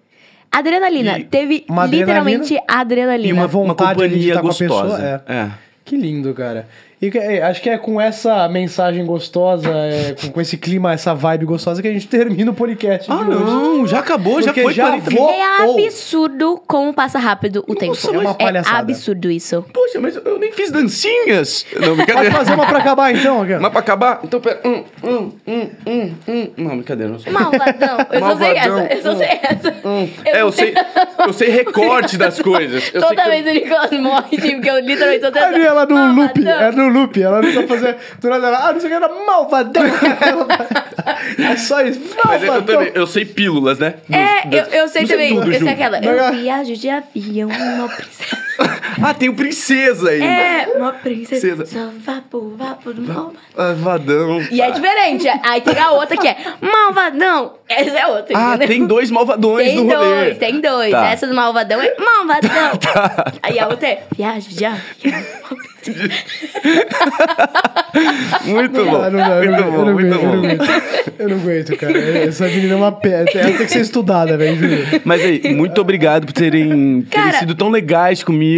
S2: Adrenalina.
S3: E-
S2: Teve
S1: Uma adrenalina.
S2: literalmente adrenalina.
S1: E uma vo- vontade de estar com a pessoa,
S3: É.
S1: Que lindo, cara. E que- é, acho que é com essa mensagem gostosa, é, com, com esse clima, essa vibe gostosa que a gente termina o podcast.
S3: Ah,
S1: de hoje.
S3: não, já acabou, já
S1: Porque
S3: foi
S1: já
S3: 40
S1: vou-
S2: É
S1: Ou-
S2: absurdo como passa rápido o tempo.
S1: Oh, mas- É uma palhaçada.
S2: absurdo isso.
S3: Poxa, mas eu nem fiz dancinhas. Não,
S1: Pode
S3: brincadeira.
S1: fazer uma pra acabar então, Gui?
S3: Mas pra acabar, então pera. Hum, hum, hum, hum, hum. Não, brincadeira, não sei.
S2: Malvadão. Eu só sei
S3: Malvadão.
S2: essa. Eu só sei essa.
S3: Hum. É, eu sei, eu sei recorte das coisas. Eu sei
S2: Toda
S3: que eu-
S2: vez o Nicolas morre, tipo, porque eu literalmente só sei
S1: Ali ela no
S2: Malvadão.
S1: loop, é no loop, ela não tá fazendo. Do nada ela, ah, não sei o que era malvadão.
S3: *laughs*
S1: é só isso,
S3: Mas eu,
S1: malvadão.
S3: também, eu sei pílulas, né? Dos-
S2: É, eu,
S3: das-
S2: eu sei
S3: não
S2: também.
S1: é
S3: tudo
S2: eu sei
S3: junto.
S2: aquela.
S1: Não,
S2: Eu
S1: não.
S2: viajo de avião, uma princesa.
S3: Ah, tem o Princesa ainda.
S2: É, uma princesa.
S3: Princesa.
S2: Só vapo, vapo do mal.
S3: Ah, vadão.
S2: E é diferente. Aí tem a outra que é malvadão. Essa é outra.
S3: Ah,
S2: entendeu?
S3: tem dois malvadões
S2: Tem
S3: no rolê.
S2: dois, tem dois.
S3: Tá.
S2: Essa do malvadão é
S3: *laughs*
S2: malvadão. Aí a outra é viagem já.
S3: Muito bom.
S1: Ah, não dá, eu
S3: Muito
S1: não- eu
S3: bom,
S1: não aguento,
S3: muito
S1: eu não
S3: bom.
S1: aguento. Eu não aguento, cara. Essa menina é uma pedra. Ela tem que ser estudada, velho, juro.
S3: Mas aí, muito obrigado por terem, terem
S2: Cara-
S3: sido tão legais comigo.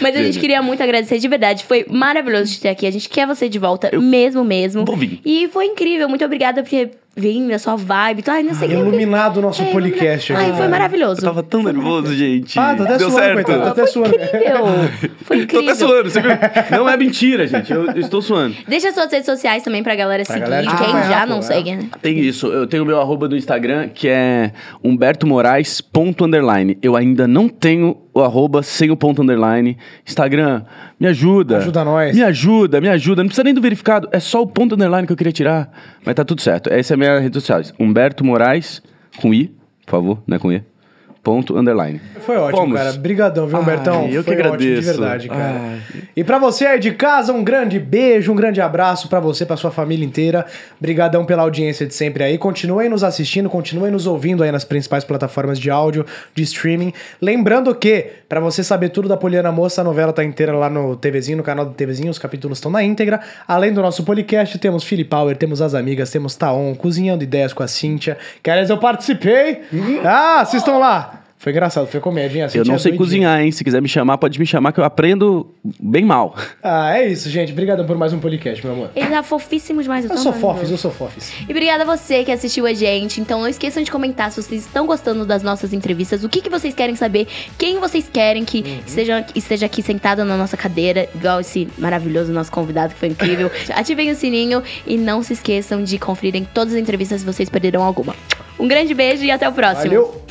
S2: Mas a gente queria muito agradecer de verdade. Foi maravilhoso te ter aqui. A gente quer você de volta mesmo, mesmo.
S3: Vou vir.
S2: E foi incrível. Muito obrigada por ter vindo, a sua vibe. Ai, não
S3: Ah,
S2: sei o que.
S1: Iluminado o nosso
S2: É,
S1: podcast.
S2: Ai,
S1: aqui,
S2: foi
S1: cara.
S2: maravilhoso.
S3: Eu tava tão nervoso, gente.
S1: Ah, tá até
S3: Deu
S1: suando,
S3: certo.
S1: coitado. Tá até suando.
S2: Incrível. Foi
S3: *laughs* Tô
S2: incrível.
S3: até suando, você viu? Não é mentira, gente. Eu, eu estou suando.
S2: Deixa suas redes sociais também pra galera seguir.
S1: galera te
S2: quem
S1: acompanhar,
S2: já
S1: pô,
S2: não
S1: é.
S2: segue, né?
S3: Tem isso. Eu tenho o meu arroba do Instagram, que é humbertomoraes.underline. Eu ainda não tenho o arroba sem o ponto underline. Instagram, me ajuda.
S1: Ajuda nós.
S3: Me ajuda, me ajuda. Não precisa nem do verificado. É só o ponto underline que eu queria tirar. Mas tá tudo certo. Essa é a minha rede social. Humberto Moraes, com I, por favor, não é com E. Ponto underline.
S1: Foi ótimo,
S3: Fomos.
S1: cara. Brigadão, viu,
S3: Ai,
S1: Humbertão?
S3: eu que
S1: Foi ótimo de
S3: agradeço.
S1: verdade, cara.
S3: Ai.
S1: E pra você aí de casa, um grande beijo, um grande abraço pra você, pra sua família inteira. Brigadão pela audiência de sempre aí. Continuem nos assistindo, continuem nos ouvindo aí nas principais plataformas de áudio, de streaming. Lembrando que, pra você saber tudo da Poliana Moça, a novela tá inteira lá no TVzinho, no canal do TVzinho, os capítulos estão na íntegra. Além do nosso podcast, temos Philip Power, temos As Amigas, temos Taon, Cozinhando Ideias com a Cíntia. Que aliás, eu participei. Ah, assistam lá. Foi engraçado, foi comédia, hein? A
S3: Uhum. Eu
S1: Cíntia
S3: não
S1: é
S3: sei
S1: doidinha.
S3: cozinhar, hein? Se quiser me chamar, pode me chamar que eu aprendo bem mal.
S1: Ah, é isso, gente. Obrigado por mais um podcast, meu amor.
S2: Ele tá fofíssimo demais.
S1: Eu
S2: tô
S1: sou
S2: amando.
S1: fofis, eu sou fofis.
S2: E obrigada a você que assistiu a gente. Então não esqueçam de comentar se vocês estão gostando das nossas entrevistas, o que, que vocês querem saber, quem vocês querem que
S1: Uhum.
S2: esteja, esteja aqui sentado na nossa cadeira, igual esse maravilhoso nosso convidado que foi
S1: *laughs*
S2: incrível. Ativem o sininho e não se esqueçam de conferirem todas as entrevistas se vocês perderam alguma. Um grande beijo e até o próximo.
S1: Valeu!
S4: tá